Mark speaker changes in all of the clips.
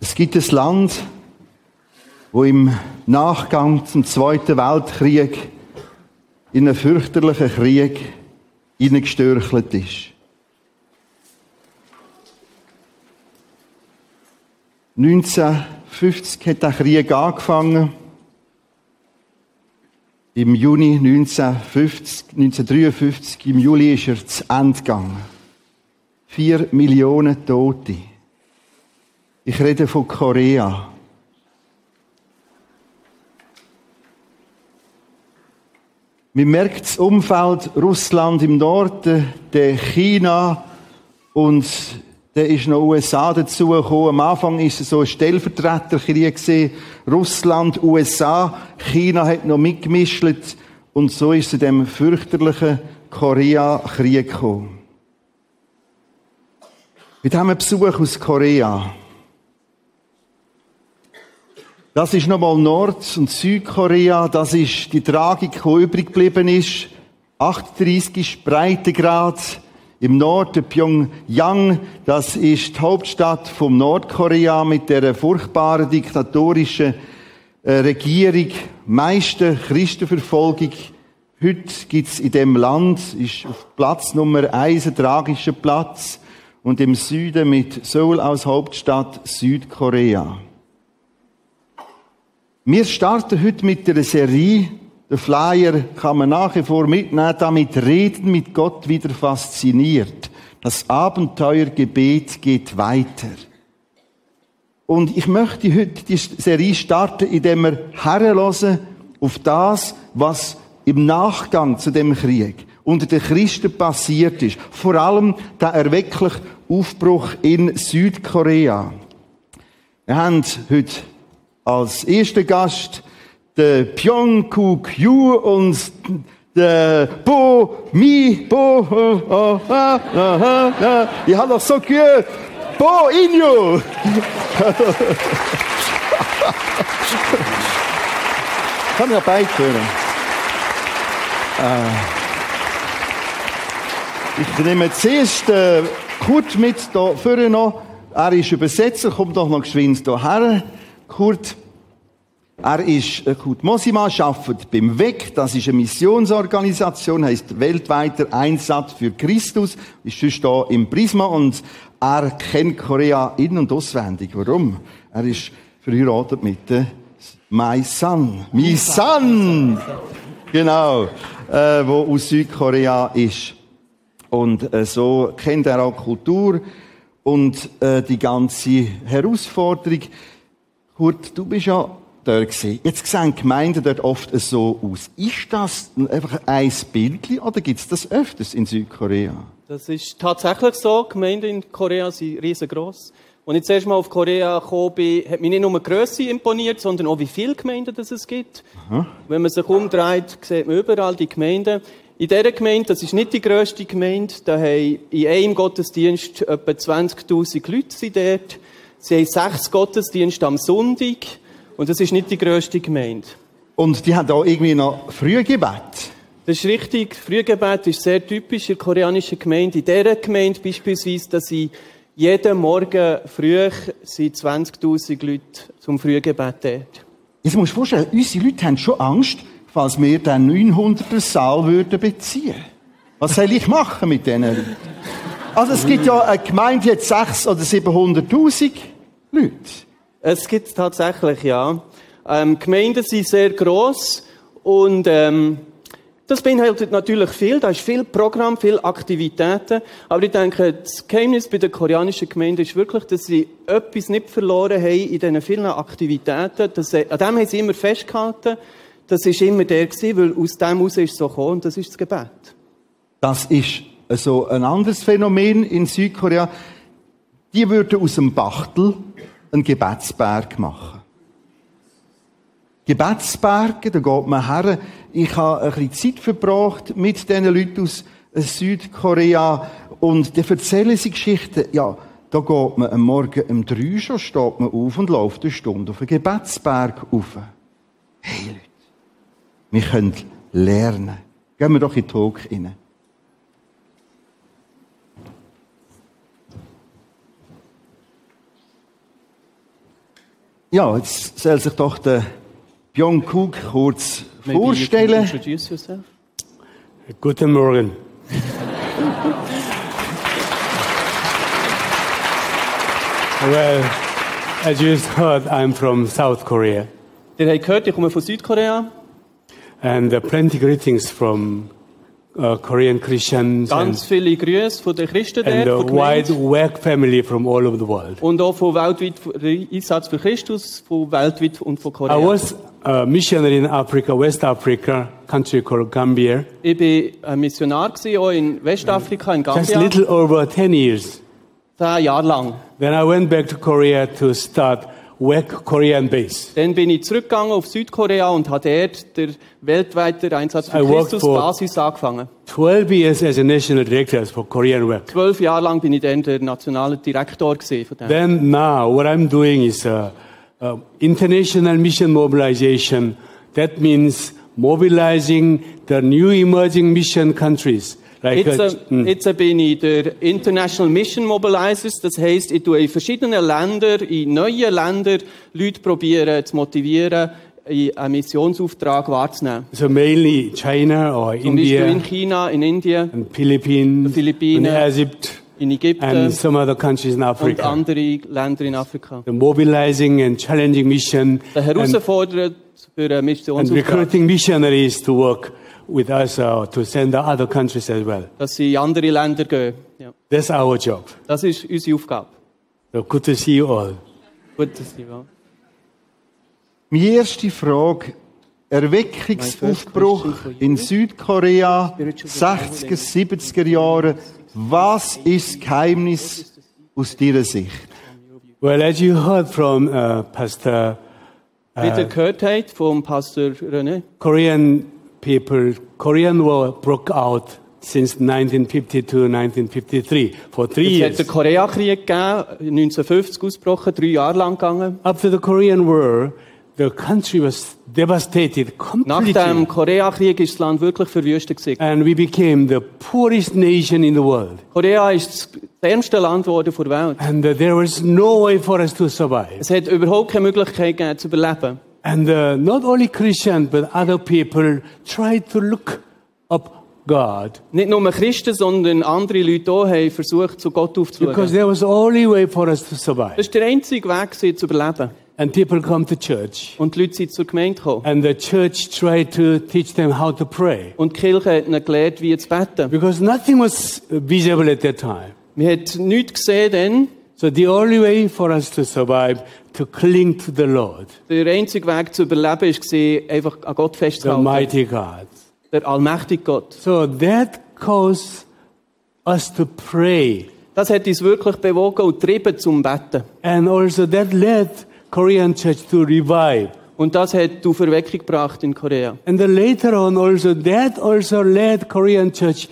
Speaker 1: Es gibt ein Land, wo im Nachgang zum Zweiten Weltkrieg in einen fürchterlichen Krieg hineingestörchelt ist. 1950 hat der Krieg angefangen. Im Juni 1950, 1953, im Juli ist er zu Ende gegangen. Vier Millionen Tote. Ich rede von Korea. Man merkt das Umfeld Russland im Norden, der China und dann ist noch USA dazugekommen. Am Anfang ist es so ein Stellvertreterkrieg gewesen. Russland, USA, China hat noch mitgemischt und so ist es zu dem fürchterlichen Koreakrieg gekommen. Mit haben Besuch aus Korea. Das ist nochmal Nord- und Südkorea. Das ist die Tragik, die übrig geblieben ist. 38 ist Breitegrad. Im Norden Pyongyang, das ist die Hauptstadt von Nordkorea mit der furchtbaren diktatorischen äh, Regierung. Meiste Christenverfolgung. Heute gibt's in dem Land, ist auf Platz Nummer eins ein tragischer Platz. Und im Süden mit Seoul als Hauptstadt Südkorea. Wir starten heute mit der Serie. Der Flyer kann man nach wie vor mitnehmen. Damit reden mit Gott wieder fasziniert. Das Abenteuergebet geht weiter. Und ich möchte heute die Serie starten, indem wir herrenlosen auf das, was im Nachgang zu dem Krieg unter den Christen passiert ist. Vor allem der erweckliche Aufbruch in Südkorea. Wir haben heute als erster Gast der Pyong Kuk Yu und der Bo Mi Bo. Oh, oh, ah, ah, ah, Ich habe doch so gehört. Bo Inyo. Kann ja beiführen. Ich nehme zuerst äh, Kurt mit hier vorne noch. Er ist Übersetzer, kommt doch noch geschwind hierher. Kurt. Er ist, äh, Kurt Mosima, arbeitet beim WEC, das ist eine Missionsorganisation, heißt weltweiter Einsatz für Christus, ist sonst hier im Prisma und er kennt Korea in- und auswendig. Warum? Er ist verheiratet mit äh, My Son. My Son! Genau, äh, wo aus Südkorea ist. Und äh, so kennt er auch Kultur und äh, die ganze Herausforderung. Kurt, du bist ja dort gewesen. Jetzt sehen Gemeinden dort oft so aus. Ist das einfach ein Bildchen oder gibt es das öfters in Südkorea?
Speaker 2: Das ist tatsächlich so. Gemeinden in Korea sind riesengroß. Als ich zuerst mal auf Korea gekommen bin, hat mich nicht nur die Grösse imponiert, sondern auch wie viele Gemeinden das es gibt. Wenn man sich umdreht, sieht man überall die Gemeinden. In dieser Gemeinde, das ist nicht die grösste Gemeinde, da haben in einem Gottesdienst etwa 20.000 Leute sind dort. Sie haben sechs Gottesdienste am Sonntag. Und das ist nicht die grösste Gemeinde.
Speaker 1: Und die haben auch irgendwie noch Frühgebet.
Speaker 2: Das ist richtig. Frühgebet ist sehr typisch in der koreanischen Gemeinde. In dieser Gemeinde beispielsweise, dass sie jeden Morgen früh sind 20.000 Leute zum Frühgebet dort.
Speaker 1: Jetzt musst du dir vorstellen, unsere Leute haben schon Angst, falls wir den 900er Saal würden beziehen. Was soll ich machen mit denen? Also es gibt ja eine Gemeinde, die hat 600 oder 700'000 Leute.
Speaker 2: Es gibt es tatsächlich, ja. Ähm, Gemeinden sind sehr gross und ähm, das beinhaltet natürlich viel. Da ist viel Programm, viel Aktivitäten. Aber ich denke, das Geheimnis bei der koreanischen Gemeinde ist wirklich, dass sie etwas nicht verloren haben in diesen vielen Aktivitäten. Das, äh, an dem haben sie immer festgehalten. Das ist immer der gewesen, weil aus dem heraus ist es so gekommen und das ist das Gebet.
Speaker 1: Das ist so ein anderes Phänomen in Südkorea. Die würden aus dem Bachtel einen Gebetsberg machen. Gebetsberge, da geht man her. Ich habe ein bisschen Zeit verbracht mit diesen Leuten aus Südkorea und die erzählen sie Geschichten. Ja, da geht man am Morgen um drei schon, steht man auf und läuft eine Stunde auf einen Gebetsberg rauf. Hey Leute, wir können lernen. Gehen wir doch in die Talk rein. Ja, jetzt soll sich doch der Byung Cook kurz
Speaker 2: Maybe you can
Speaker 1: vorstellen.
Speaker 2: Introduce yourself.
Speaker 3: Guten Morgen. well, as you heard, I'm from South Korea,
Speaker 2: Ihr habt gehört, ich komme von Südkorea.
Speaker 3: and uh, plenty greetings from uh, Korean Christians
Speaker 2: Ganz
Speaker 3: and,
Speaker 2: viele Grüße von den Christen
Speaker 3: and
Speaker 2: dort,
Speaker 3: the
Speaker 2: von
Speaker 3: wide
Speaker 2: Gemeinden.
Speaker 3: work family from all over the world.
Speaker 2: Und auch von weltweit, der Einsatz für Christus, von weltweit und von
Speaker 3: I
Speaker 2: Korea.
Speaker 3: was a missionary in Africa, West Africa, country called Gambia,
Speaker 2: ich war ein Missionar, gewesen, auch in Westafrika, in
Speaker 3: just
Speaker 2: Gambia,
Speaker 3: little over 10 years.
Speaker 2: zehn Jahre lang.
Speaker 3: Then I went back to Korea to start work Korean base.
Speaker 2: Dann bin ich zurückgegangen auf Südkorea und habe dort der weltweite Einsatz für
Speaker 3: I worked
Speaker 2: Christus
Speaker 3: for-
Speaker 2: Basis angefangen.
Speaker 3: 12 years as a national director for Korean work.
Speaker 2: Zwölf Jahre lang bin ich dann der nationale Direktor gewesen von dem.
Speaker 3: Then now what I'm doing is uh, uh, international mission mobilization. That means mobilizing the new emerging mission countries. Like
Speaker 2: Jetzt,
Speaker 3: uh,
Speaker 2: äh, jetzt äh, bin ich der International Mission Mobilizers. Das heisst, ich tue in verschiedenen Ländern, in neuen Ländern, Leute probieren zu motivieren, in einen Missionsauftrag wahrzunehmen.
Speaker 3: so mainly China or
Speaker 2: Zum Beispiel
Speaker 3: India
Speaker 2: in China, in Indien,
Speaker 3: and Philippines,
Speaker 2: The Philippines. uh,
Speaker 3: and Egypt
Speaker 2: in Ägypten
Speaker 3: and some other countries in
Speaker 2: und
Speaker 3: Africa.
Speaker 2: andere Länder in Afrika.
Speaker 3: The mobilizing and challenging mission
Speaker 2: Der
Speaker 3: and,
Speaker 2: herausfordert für äh, einen
Speaker 3: and
Speaker 2: Missionsauftrag,
Speaker 3: recruiting missionaries to work with us uh, to send to other countries as well.
Speaker 2: dass sie in andere Länder gehen. Ja.
Speaker 3: That's our job.
Speaker 2: Das ist unsere Aufgabe.
Speaker 3: So good to see you all.
Speaker 2: Gut, das ist wahr.
Speaker 1: Meine erste Frage. Erweckungsaufbruch in Südkorea, 60er, 70er Jahre. Was ist das Geheimnis aus deiner Sicht?
Speaker 3: Well, as you heard from uh, Pastor,
Speaker 2: Wie
Speaker 3: Äh,
Speaker 2: ihr gehört habt vom Pastor René,
Speaker 3: Korean people, Korean War broke out since 1952 to 1953 for three
Speaker 2: es hat
Speaker 3: years.
Speaker 2: den Koreakrieg gegeben, 1950 ausgebrochen, drei Jahre lang gegangen.
Speaker 3: After the Korean War, the country was devastated
Speaker 2: Nach dem
Speaker 3: completely,
Speaker 2: Koreakrieg ist das Land wirklich verwüstet gewesen.
Speaker 3: and we became the poorest nation in the world.
Speaker 2: Korea ist das ärmste Land geworden der Welt.
Speaker 3: And uh, there was no way for us to survive.
Speaker 2: Es hat überhaupt keine Möglichkeit gegeben, zu überleben.
Speaker 3: And uh, not only Christians, but other people tried to look up God
Speaker 2: Nicht nur Christen, sondern andere Leute auch haben versucht, zu Gott
Speaker 3: because
Speaker 2: aufzuschauen.
Speaker 3: there was only way for us to survive.
Speaker 2: Das war der einzige Weg, gewesen, zu überleben.
Speaker 3: And people come to church.
Speaker 2: Und die Leute sind zur Gemeinde gekommen.
Speaker 3: And the church tried to teach them how to pray.
Speaker 2: Und die Kirche hat ihnen gelehrt, wie zu beten.
Speaker 3: Because nothing was visible at that time.
Speaker 2: Man hat nichts gesehen dann.
Speaker 3: So the only way for us to survive, to cling to the Lord,
Speaker 2: Der einzige Weg zu überleben war, einfach an Gott
Speaker 3: the
Speaker 2: festzuhalten.
Speaker 3: mighty God.
Speaker 2: Der allmächtige Gott.
Speaker 3: So that caused us to pray.
Speaker 2: Das hat uns wirklich bewogen und getrieben zum Beten.
Speaker 3: And also that led Korean church to revive.
Speaker 2: Und das hat die Verweckung gebracht in Korea.
Speaker 3: And then later on also that also led Korean church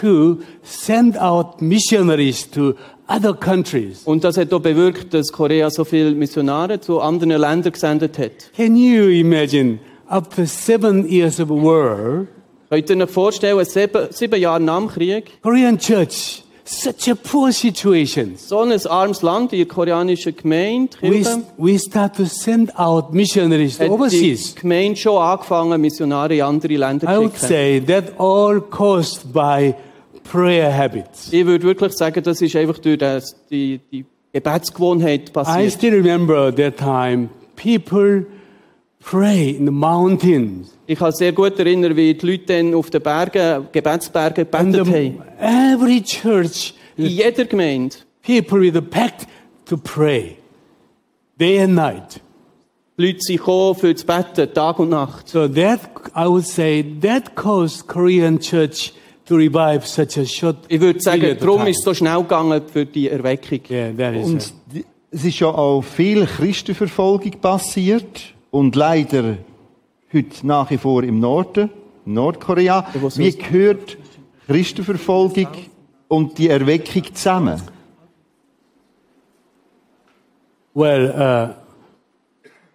Speaker 3: to send out missionaries to other countries.
Speaker 2: Und das hat auch bewirkt, dass Korea so viele Missionare zu anderen Ländern gesendet hat.
Speaker 3: Can you imagine after seven years of war,
Speaker 2: Könnt ihr euch vorstellen, sieben, sieben Jahre nach dem Krieg,
Speaker 3: Korean church, such a poor situation.
Speaker 2: so ein armes Land in der koreanischen Gemeinde,
Speaker 3: We,
Speaker 2: Kirche,
Speaker 3: we start to send out missionaries to
Speaker 2: hat die
Speaker 3: overseas.
Speaker 2: Gemeinde schon angefangen, Missionare in andere Länder
Speaker 3: I
Speaker 2: zu
Speaker 3: would
Speaker 2: schicken.
Speaker 3: say that all caused by prayer habits.
Speaker 2: Ich würde wirklich sagen, das ist einfach durch das, die, die Gebetsgewohnheit
Speaker 3: I
Speaker 2: passiert.
Speaker 3: still remember that time people pray in the mountains.
Speaker 2: Ich kann sehr gut erinnern, wie die Leute dann auf den Bergen, Gebetsbergen,
Speaker 3: And
Speaker 2: gebetet haben.
Speaker 3: the- every church,
Speaker 2: In jeder Gemeinde.
Speaker 3: people with a pact to pray day and night.
Speaker 2: Die Leute sind gekommen für das Betten, Tag und Nacht.
Speaker 3: So that I would say that caused Korean church to revive such a short.
Speaker 2: Ich würde sagen,
Speaker 3: period of
Speaker 2: darum
Speaker 3: time.
Speaker 2: ist es so schnell gegangen für die Erweckung.
Speaker 3: Yeah, that is.
Speaker 1: Und die- es ist ja auch viel Christenverfolgung passiert und leider heute nach wie vor im Norden, Nordkorea. Wie gehört Christenverfolgung und die Erweckung zusammen?
Speaker 3: Well, uh,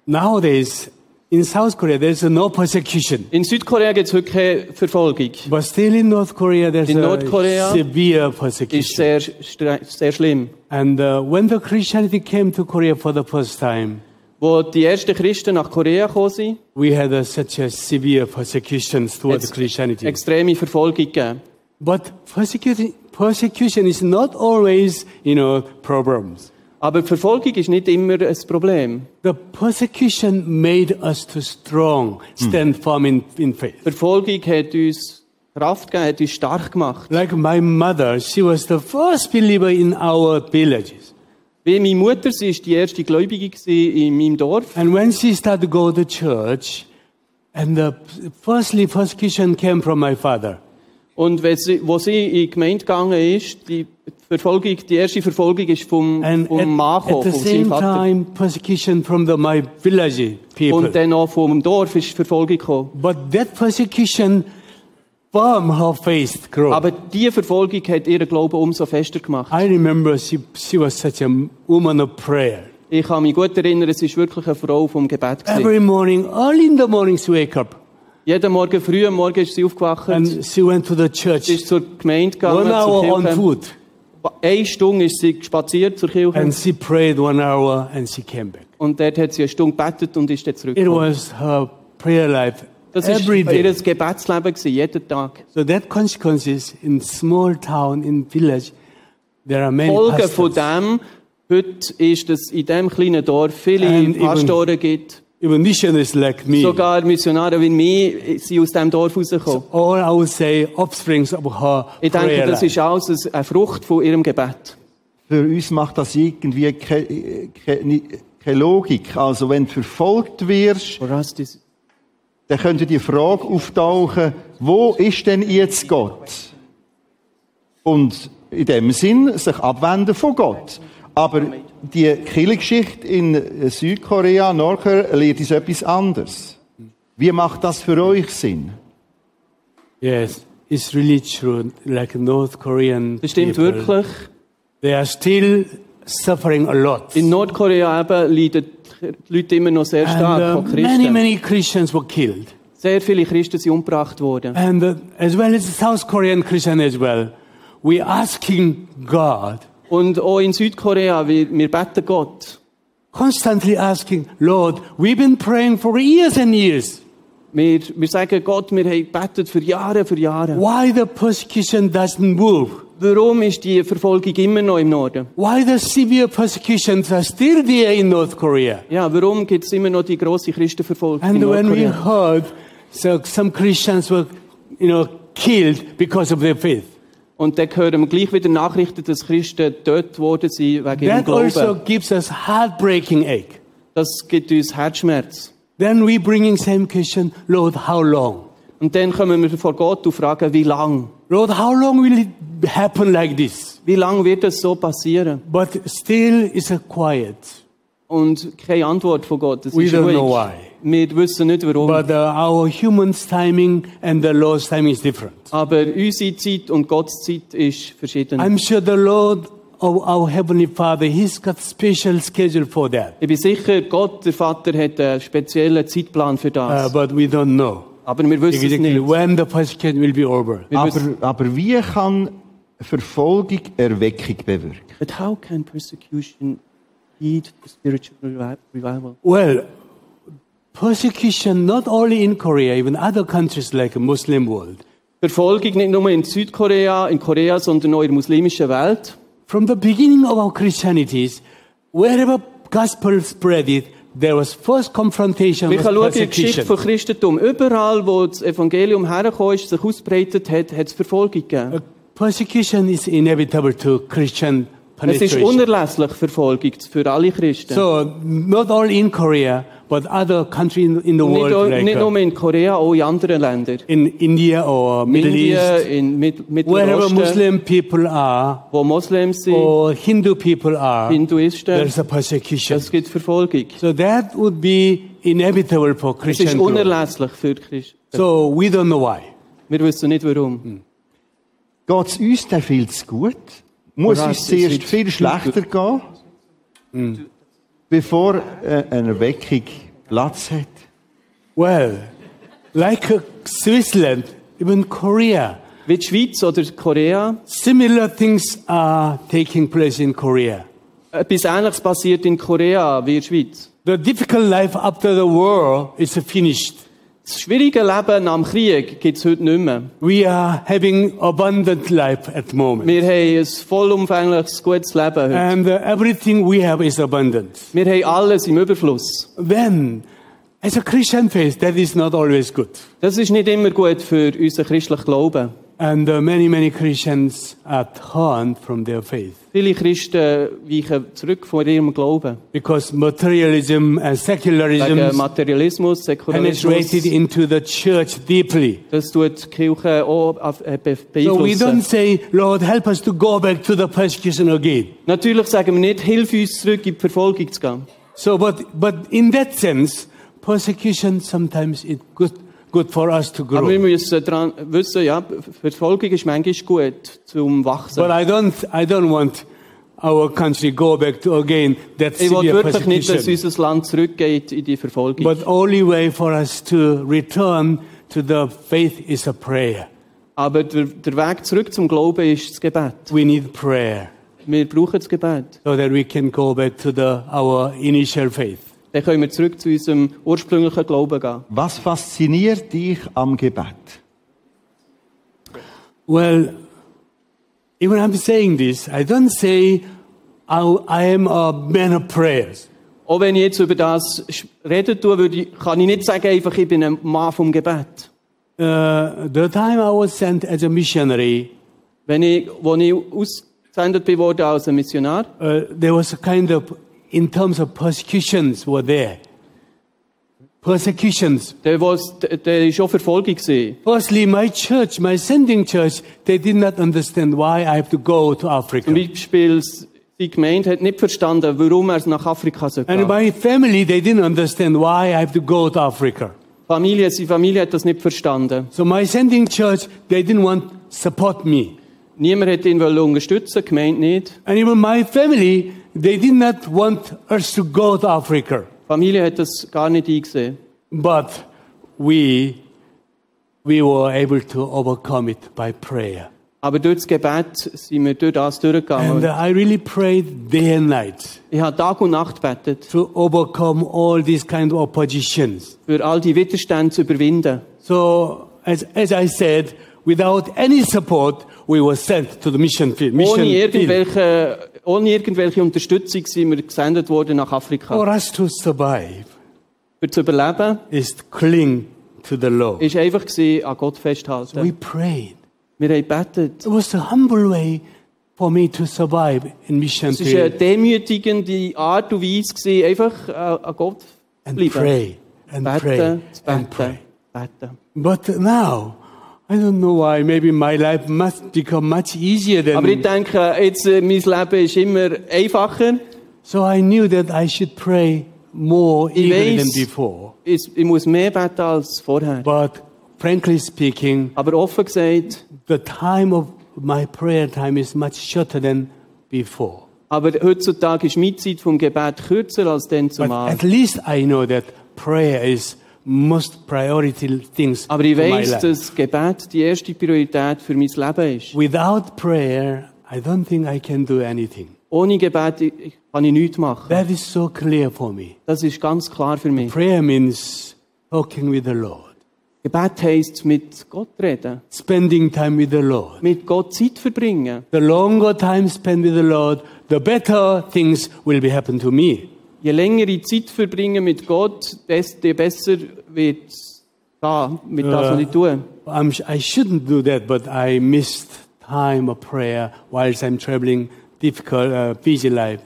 Speaker 3: nowadays in South Korea there's no persecution,
Speaker 2: In Südkorea gibt es heute keine Verfolgung.
Speaker 3: but still in North Korea there's
Speaker 2: In
Speaker 3: a
Speaker 2: North Korea,
Speaker 3: severe
Speaker 2: Ist
Speaker 3: persecution.
Speaker 2: sehr, stre- sehr schlimm.
Speaker 3: And uh, when the Christianity came to Korea for the first time,
Speaker 2: wo die ersten Christen nach Korea gekommen sind,
Speaker 3: we had uh, such a severe persecutions towards
Speaker 2: Ex-
Speaker 3: Christianity.
Speaker 2: extreme Verfolgung gegeben.
Speaker 3: but persecution, persecution is not always, you know, problems.
Speaker 2: Aber die Verfolgung ist nicht immer ein Problem.
Speaker 3: The persecution made us too strong,
Speaker 2: Hmm.
Speaker 3: stand firm in, in faith.
Speaker 2: Die Verfolgung hat uns Kraft gegeben, hat uns stark gemacht.
Speaker 3: Like my mother, she was the first believer in our villages.
Speaker 2: Wie meine Mutter, sie war die erste Gläubige gewesen in meinem Dorf.
Speaker 3: And when she started to go to church, and the firstly persecution came from my father.
Speaker 2: Und wenn sie, wo sie in die Gemeinde gegangen ist, die Verfolgung, die erste Verfolgung ist vom,
Speaker 3: And at,
Speaker 2: vom Mann
Speaker 3: at
Speaker 2: gekommen,
Speaker 3: the
Speaker 2: vom seinem
Speaker 3: same
Speaker 2: Vater.
Speaker 3: time, persecution from the, my village people.
Speaker 2: Und dann auch vom Dorf ist die Verfolgung gekommen.
Speaker 3: But that persecution firm her faith growth.
Speaker 2: Aber diese Verfolgung hat ihren Glauben umso fester gemacht.
Speaker 3: I remember she, she was such a woman of prayer.
Speaker 2: Ich kann mich gut erinnern, es ist wirklich eine Frau vom Gebet. Gewesen.
Speaker 3: Every morning, early in the morning, she wake up
Speaker 2: Jeden Morgen früh, am Morgen ist sie aufgewacht,
Speaker 3: and she went to the church.
Speaker 2: sie ist zur Gemeinde gegangen,
Speaker 3: One hour
Speaker 2: zur
Speaker 3: on
Speaker 2: Kirche.
Speaker 3: foot,
Speaker 2: Eine Stunde ist sie spaziert zur Kirche
Speaker 3: and she prayed one hour, and she came back.
Speaker 2: und dort hat sie eine Stunde gebetet und ist dann
Speaker 3: It
Speaker 2: zurückgekommen.
Speaker 3: was her prayer life
Speaker 2: Das
Speaker 3: every
Speaker 2: war
Speaker 3: day.
Speaker 2: ihr Gebetsleben, gewesen, jeden Tag.
Speaker 3: So that consequences in small town, in village, there are many
Speaker 2: Folgen von
Speaker 3: pastors.
Speaker 2: dem, heute ist, dass es in diesem kleinen Dorf viele
Speaker 3: And even-
Speaker 2: Pastoren gibt.
Speaker 3: Even missionaries like me.
Speaker 2: Sogar Missionare wie mir sind aus diesem Dorf rausgekommen.
Speaker 3: all I would say offsprings of her
Speaker 2: Ich denke,
Speaker 3: prayer
Speaker 2: das
Speaker 3: life.
Speaker 2: ist alles ein- eine Frucht von ihrem Gebet.
Speaker 1: Für uns macht das irgendwie keine, keine, keine Logik. Also wenn du verfolgt wirst,
Speaker 2: For us this-
Speaker 1: dann könnte die Frage auftauchen, wo ist denn jetzt Gott? Und in dem Sinn sich abwenden von Gott. Aber die Kirchengeschichte in Südkorea, Nordkorea, lehrt uns etwas anderes. Wie macht das für euch Sinn?
Speaker 3: Yes, it's really true. Like North Korean
Speaker 2: Das stimmt
Speaker 3: people,
Speaker 2: wirklich.
Speaker 3: they are still suffering a lot.
Speaker 2: In Nordkorea eben leiden die Leute immer noch sehr
Speaker 3: and
Speaker 2: stark
Speaker 3: uh,
Speaker 2: von
Speaker 3: many,
Speaker 2: Christen.
Speaker 3: many Christians were killed.
Speaker 2: Sehr viele Christen sind umgebracht worden.
Speaker 3: And uh, as well as South Korean Christian as well, we asking God,
Speaker 2: Und auch in Südkorea, wir, wir beten Gott.
Speaker 3: constantly asking, Lord, we've been praying for years and years.
Speaker 2: Wir, wir sagen Gott, wir haben gebetet für Jahre, für Jahre.
Speaker 3: Why the persecution doesn't move?
Speaker 2: Warum ist die Verfolgung immer noch im Norden?
Speaker 3: Why the severe persecutions are still there in North Korea?
Speaker 2: Ja, warum gibt es immer noch die grosse Christenverfolgung in
Speaker 3: And when we
Speaker 2: Nordkorea?
Speaker 3: heard so some Christians were, you know, killed because of their faith,
Speaker 2: Und dann hören wir gleich wieder Nachrichten, dass Christen dort worden sind wegen ihrem
Speaker 3: that also
Speaker 2: Glauben.
Speaker 3: gives us heartbreaking ache.
Speaker 2: Das gibt uns Herzschmerz.
Speaker 3: Then we bringing same question, Lord, how long?
Speaker 2: Und dann kommen wir vor Gott und fragen, wie lang?
Speaker 3: Lord, how long will it happen like this?
Speaker 2: Wie lang wird das so passieren?
Speaker 3: But still, it's a quiet.
Speaker 2: Und keine Antwort von Gott. Das
Speaker 3: We
Speaker 2: ist
Speaker 3: don't
Speaker 2: ruhig.
Speaker 3: know why.
Speaker 2: Wir wissen nicht warum.
Speaker 3: But uh, our human's timing and the Lord's timing is different.
Speaker 2: Aber unsere Zeit und Gottes Zeit ist verschieden.
Speaker 3: I'm sure the Lord of our heavenly Father, He's got special schedule for that.
Speaker 2: ich bin sicher, Gott, der Vater, hat einen speziellen Zeitplan für
Speaker 3: Uh,
Speaker 2: das.
Speaker 3: but we don't know
Speaker 2: Aber wir wissen es
Speaker 3: exactly
Speaker 2: nicht.
Speaker 3: when the persecution will be over.
Speaker 2: Wir
Speaker 1: Aber,
Speaker 2: wissen,
Speaker 1: aber wie kann Verfolgung Erweckung bewirken?
Speaker 2: but how can persecution lead to spiritual revi- revival?
Speaker 3: Well, persecution not only in Korea, even other countries like Muslim world.
Speaker 2: Verfolgung nicht nur in Südkorea, in Korea, sondern auch in der muslimischen Welt.
Speaker 3: From the beginning of our Christianities, wherever gospel spread it, there was first confrontation
Speaker 2: Wir
Speaker 3: with
Speaker 2: können schauen, die Geschichte
Speaker 3: persecution.
Speaker 2: vom Christentum. Überall, wo das Evangelium hergekommen ist, sich ausbreitet hat, hat es Verfolgung gegeben.
Speaker 3: Persecution is inevitable to Christian
Speaker 2: Es ist
Speaker 3: penetration.
Speaker 2: unerlässlich, Verfolgung für alle Christen.
Speaker 3: Ah, So not only in Korea, but other countries in, in the
Speaker 2: nicht,
Speaker 3: world,
Speaker 2: nicht
Speaker 3: like uh,
Speaker 2: nur in Korea, auch in anderen Ländern.
Speaker 3: in India or
Speaker 2: In
Speaker 3: Middle
Speaker 2: Indien,
Speaker 3: East,
Speaker 2: in Mid
Speaker 3: wherever
Speaker 2: Mittelosten,
Speaker 3: Muslim people are
Speaker 2: wo Moslems sind,
Speaker 3: or Hindu people are,
Speaker 2: Hinduisten,
Speaker 3: there's a persecution.
Speaker 2: es gibt Verfolgung.
Speaker 3: So that would be inevitable for
Speaker 2: Es ist
Speaker 3: Christian growth.
Speaker 2: unerlässlich für die Christen.
Speaker 3: So we don't know why.
Speaker 2: Wir wissen nicht
Speaker 3: Hm.
Speaker 2: warum.
Speaker 1: Geht es uns dann viel zu gut? Muss
Speaker 2: Oder
Speaker 1: uns
Speaker 2: es
Speaker 1: zuerst
Speaker 2: ist
Speaker 1: viel
Speaker 2: zu Mhm.
Speaker 1: schlechter gehen, bevor äh, eine Erweckung Platz hat?
Speaker 3: Well, like uh, Switzerland, even Korea,
Speaker 2: Wie die Schweiz oder Korea,
Speaker 3: similar things are taking place in Korea.
Speaker 2: etwas Ähnliches passiert in Korea wie in der Schweiz.
Speaker 3: The difficult life after the war is finished.
Speaker 2: Das schwierige Leben nach dem Krieg gibt es heute nicht mehr.
Speaker 3: We are having abundant life at the moment.
Speaker 2: Wir haben ein vollumfängliches, gutes Leben heute.
Speaker 3: And uh, everything we have is abundant.
Speaker 2: Wir haben alles im Überfluss.
Speaker 3: Then, as a Christian faith, that is not always good.
Speaker 2: Das ist nicht immer gut für unseren christlichen Glauben.
Speaker 3: And uh, many, many Christians are torn from their faith
Speaker 2: Viele Christen weichen zurück von ihrem Glauben.
Speaker 3: because materialism and
Speaker 2: Wegen
Speaker 3: secularism
Speaker 2: Materialismus, Säkularismus.
Speaker 3: penetrated into the church deeply.
Speaker 2: Das tut die Kirche auch auf- äh, be-
Speaker 3: So we don't
Speaker 2: beeinflussen.
Speaker 3: say, Lord, help us to go back to the persecution again.
Speaker 2: Natürlich sagen wir nicht, hilf uns zurück in die Verfolgung zu gehen.
Speaker 3: So, but, but in that sense, persecution sometimes is good, good for us to
Speaker 2: Aber wir
Speaker 3: grow.
Speaker 2: müssen dran wissen, ja, Verfolgung ist manchmal gut zum Wachsen.
Speaker 3: But I don't, I don't want our country go back to again that
Speaker 2: Ich will
Speaker 3: severe
Speaker 2: wirklich nicht, dass
Speaker 3: persecution.
Speaker 2: unser Land zurückgeht in die Verfolgung.
Speaker 3: But only way for us to return to the faith is a prayer.
Speaker 2: Aber der, der Weg zurück zum Glauben ist das Gebet.
Speaker 3: We need prayer
Speaker 2: Wir brauchen das Gebet.
Speaker 3: so that we can go back to the, our initial faith.
Speaker 2: Dann können wir zurück zu unserem ursprünglichen Glauben gehen.
Speaker 1: Was fasziniert dich am Gebet?
Speaker 3: Well, even I'm saying this, I don't say I, I am a man of prayers.
Speaker 2: Auch wenn ich jetzt über das sch- reden tue, würde, ich- kann ich nicht sagen, einfach, ich bin ein Mann vom Gebet.
Speaker 3: Uh, the time I was sent as a missionary,
Speaker 2: Wenn ich, wo ich ausgesendet bin worden als ein Missionar,
Speaker 3: uh, there was a kind of, in terms of persecutions were there. Persecutions.
Speaker 2: der was, der- der ist auch Verfolgung gewesen.
Speaker 3: Firstly, my church, my sending church, they did not understand why I have to go to
Speaker 2: Zum
Speaker 3: Africa.
Speaker 2: Beispiel s- die Gemeinde hat nicht verstanden, warum er nach Afrika soll.
Speaker 3: And
Speaker 2: gehen.
Speaker 3: my family, they didn't understand why I have to go to Africa.
Speaker 2: Familie, seine Familie hat das nicht verstanden.
Speaker 3: So my sending church, they didn't want support me.
Speaker 2: Niemand hat ihn wollen unterstützen, die Gemeinde nicht.
Speaker 3: And even my family, they did not want us to go to Africa.
Speaker 2: Die Familie hat das gar nicht eingesehen.
Speaker 3: But we, we were able to overcome it by prayer.
Speaker 2: Aber durch das Gebet sind wir durch das
Speaker 3: And
Speaker 2: durchgegangen.
Speaker 3: I really prayed day and night
Speaker 2: ich habe Tag und Nacht gebetet,
Speaker 3: to overcome all these kind of oppositions.
Speaker 2: für all die Widerstände zu überwinden.
Speaker 3: So, as, as I said, without any support, we were sent to the mission field. Mission
Speaker 2: Ohne
Speaker 3: field
Speaker 2: irgendwelche, ohne irgendwelche Unterstützung sind wir gesendet worden nach Afrika.
Speaker 3: for us to survive
Speaker 2: Für zu überleben
Speaker 3: is to cling to the Lord.
Speaker 2: ist einfach gewesen, an Gott festhalten.
Speaker 3: We prayed.
Speaker 2: wir haben gebetet.
Speaker 3: It was a humble way for me to survive in mission
Speaker 2: Es war eine
Speaker 3: field
Speaker 2: demütigende Art und Weise, gewesen, einfach äh, an Gott zu
Speaker 3: and
Speaker 2: bleiben.
Speaker 3: pray and pray
Speaker 2: Beten, zu
Speaker 3: and
Speaker 2: beten,
Speaker 3: pray.
Speaker 2: beten.
Speaker 3: But now, I don't know why. Maybe my life must become much easier
Speaker 2: Aber ich
Speaker 3: than.
Speaker 2: denke, jetzt, äh, mein Leben ist immer einfacher.
Speaker 3: So I knew that I should pray more eagerly than
Speaker 2: weiß-
Speaker 3: before.
Speaker 2: Ich, ich muss mehr beten als vorher.
Speaker 3: But frankly speaking,
Speaker 2: Aber offen gesagt,
Speaker 3: the time of my prayer time is much shorter than before.
Speaker 2: aber heutzutage ist meine Zeit vom Gebet kürzer als dann
Speaker 3: But
Speaker 2: zumal.
Speaker 3: at least I know that prayer is most priority things
Speaker 2: Aber ich
Speaker 3: for my
Speaker 2: weiss,
Speaker 3: life.
Speaker 2: dass Gebet die erste Priorität für mein Leben ist.
Speaker 3: Without prayer, I don't think I can do anything.
Speaker 2: Ohne Gebet ich- ich- kann ich nichts machen.
Speaker 3: That is so clear for me.
Speaker 2: Das ist ganz klar für mich.
Speaker 3: Prayer means talking with the Lord,
Speaker 2: Gebet heisst, mit Gott reden,
Speaker 3: spending time with the Lord.
Speaker 2: mit Gott Zeit verbringen.
Speaker 3: The longer time spent with the Lord, the better things will be happen to me.
Speaker 2: Je länger ich Zeit verbringe mit Gott, desto besser wird es gehen, mit das, was ich tue.
Speaker 3: I'm, sh- I shouldn't do that, but I missed time of prayer whilst I'm traveling difficult, uh, busy life.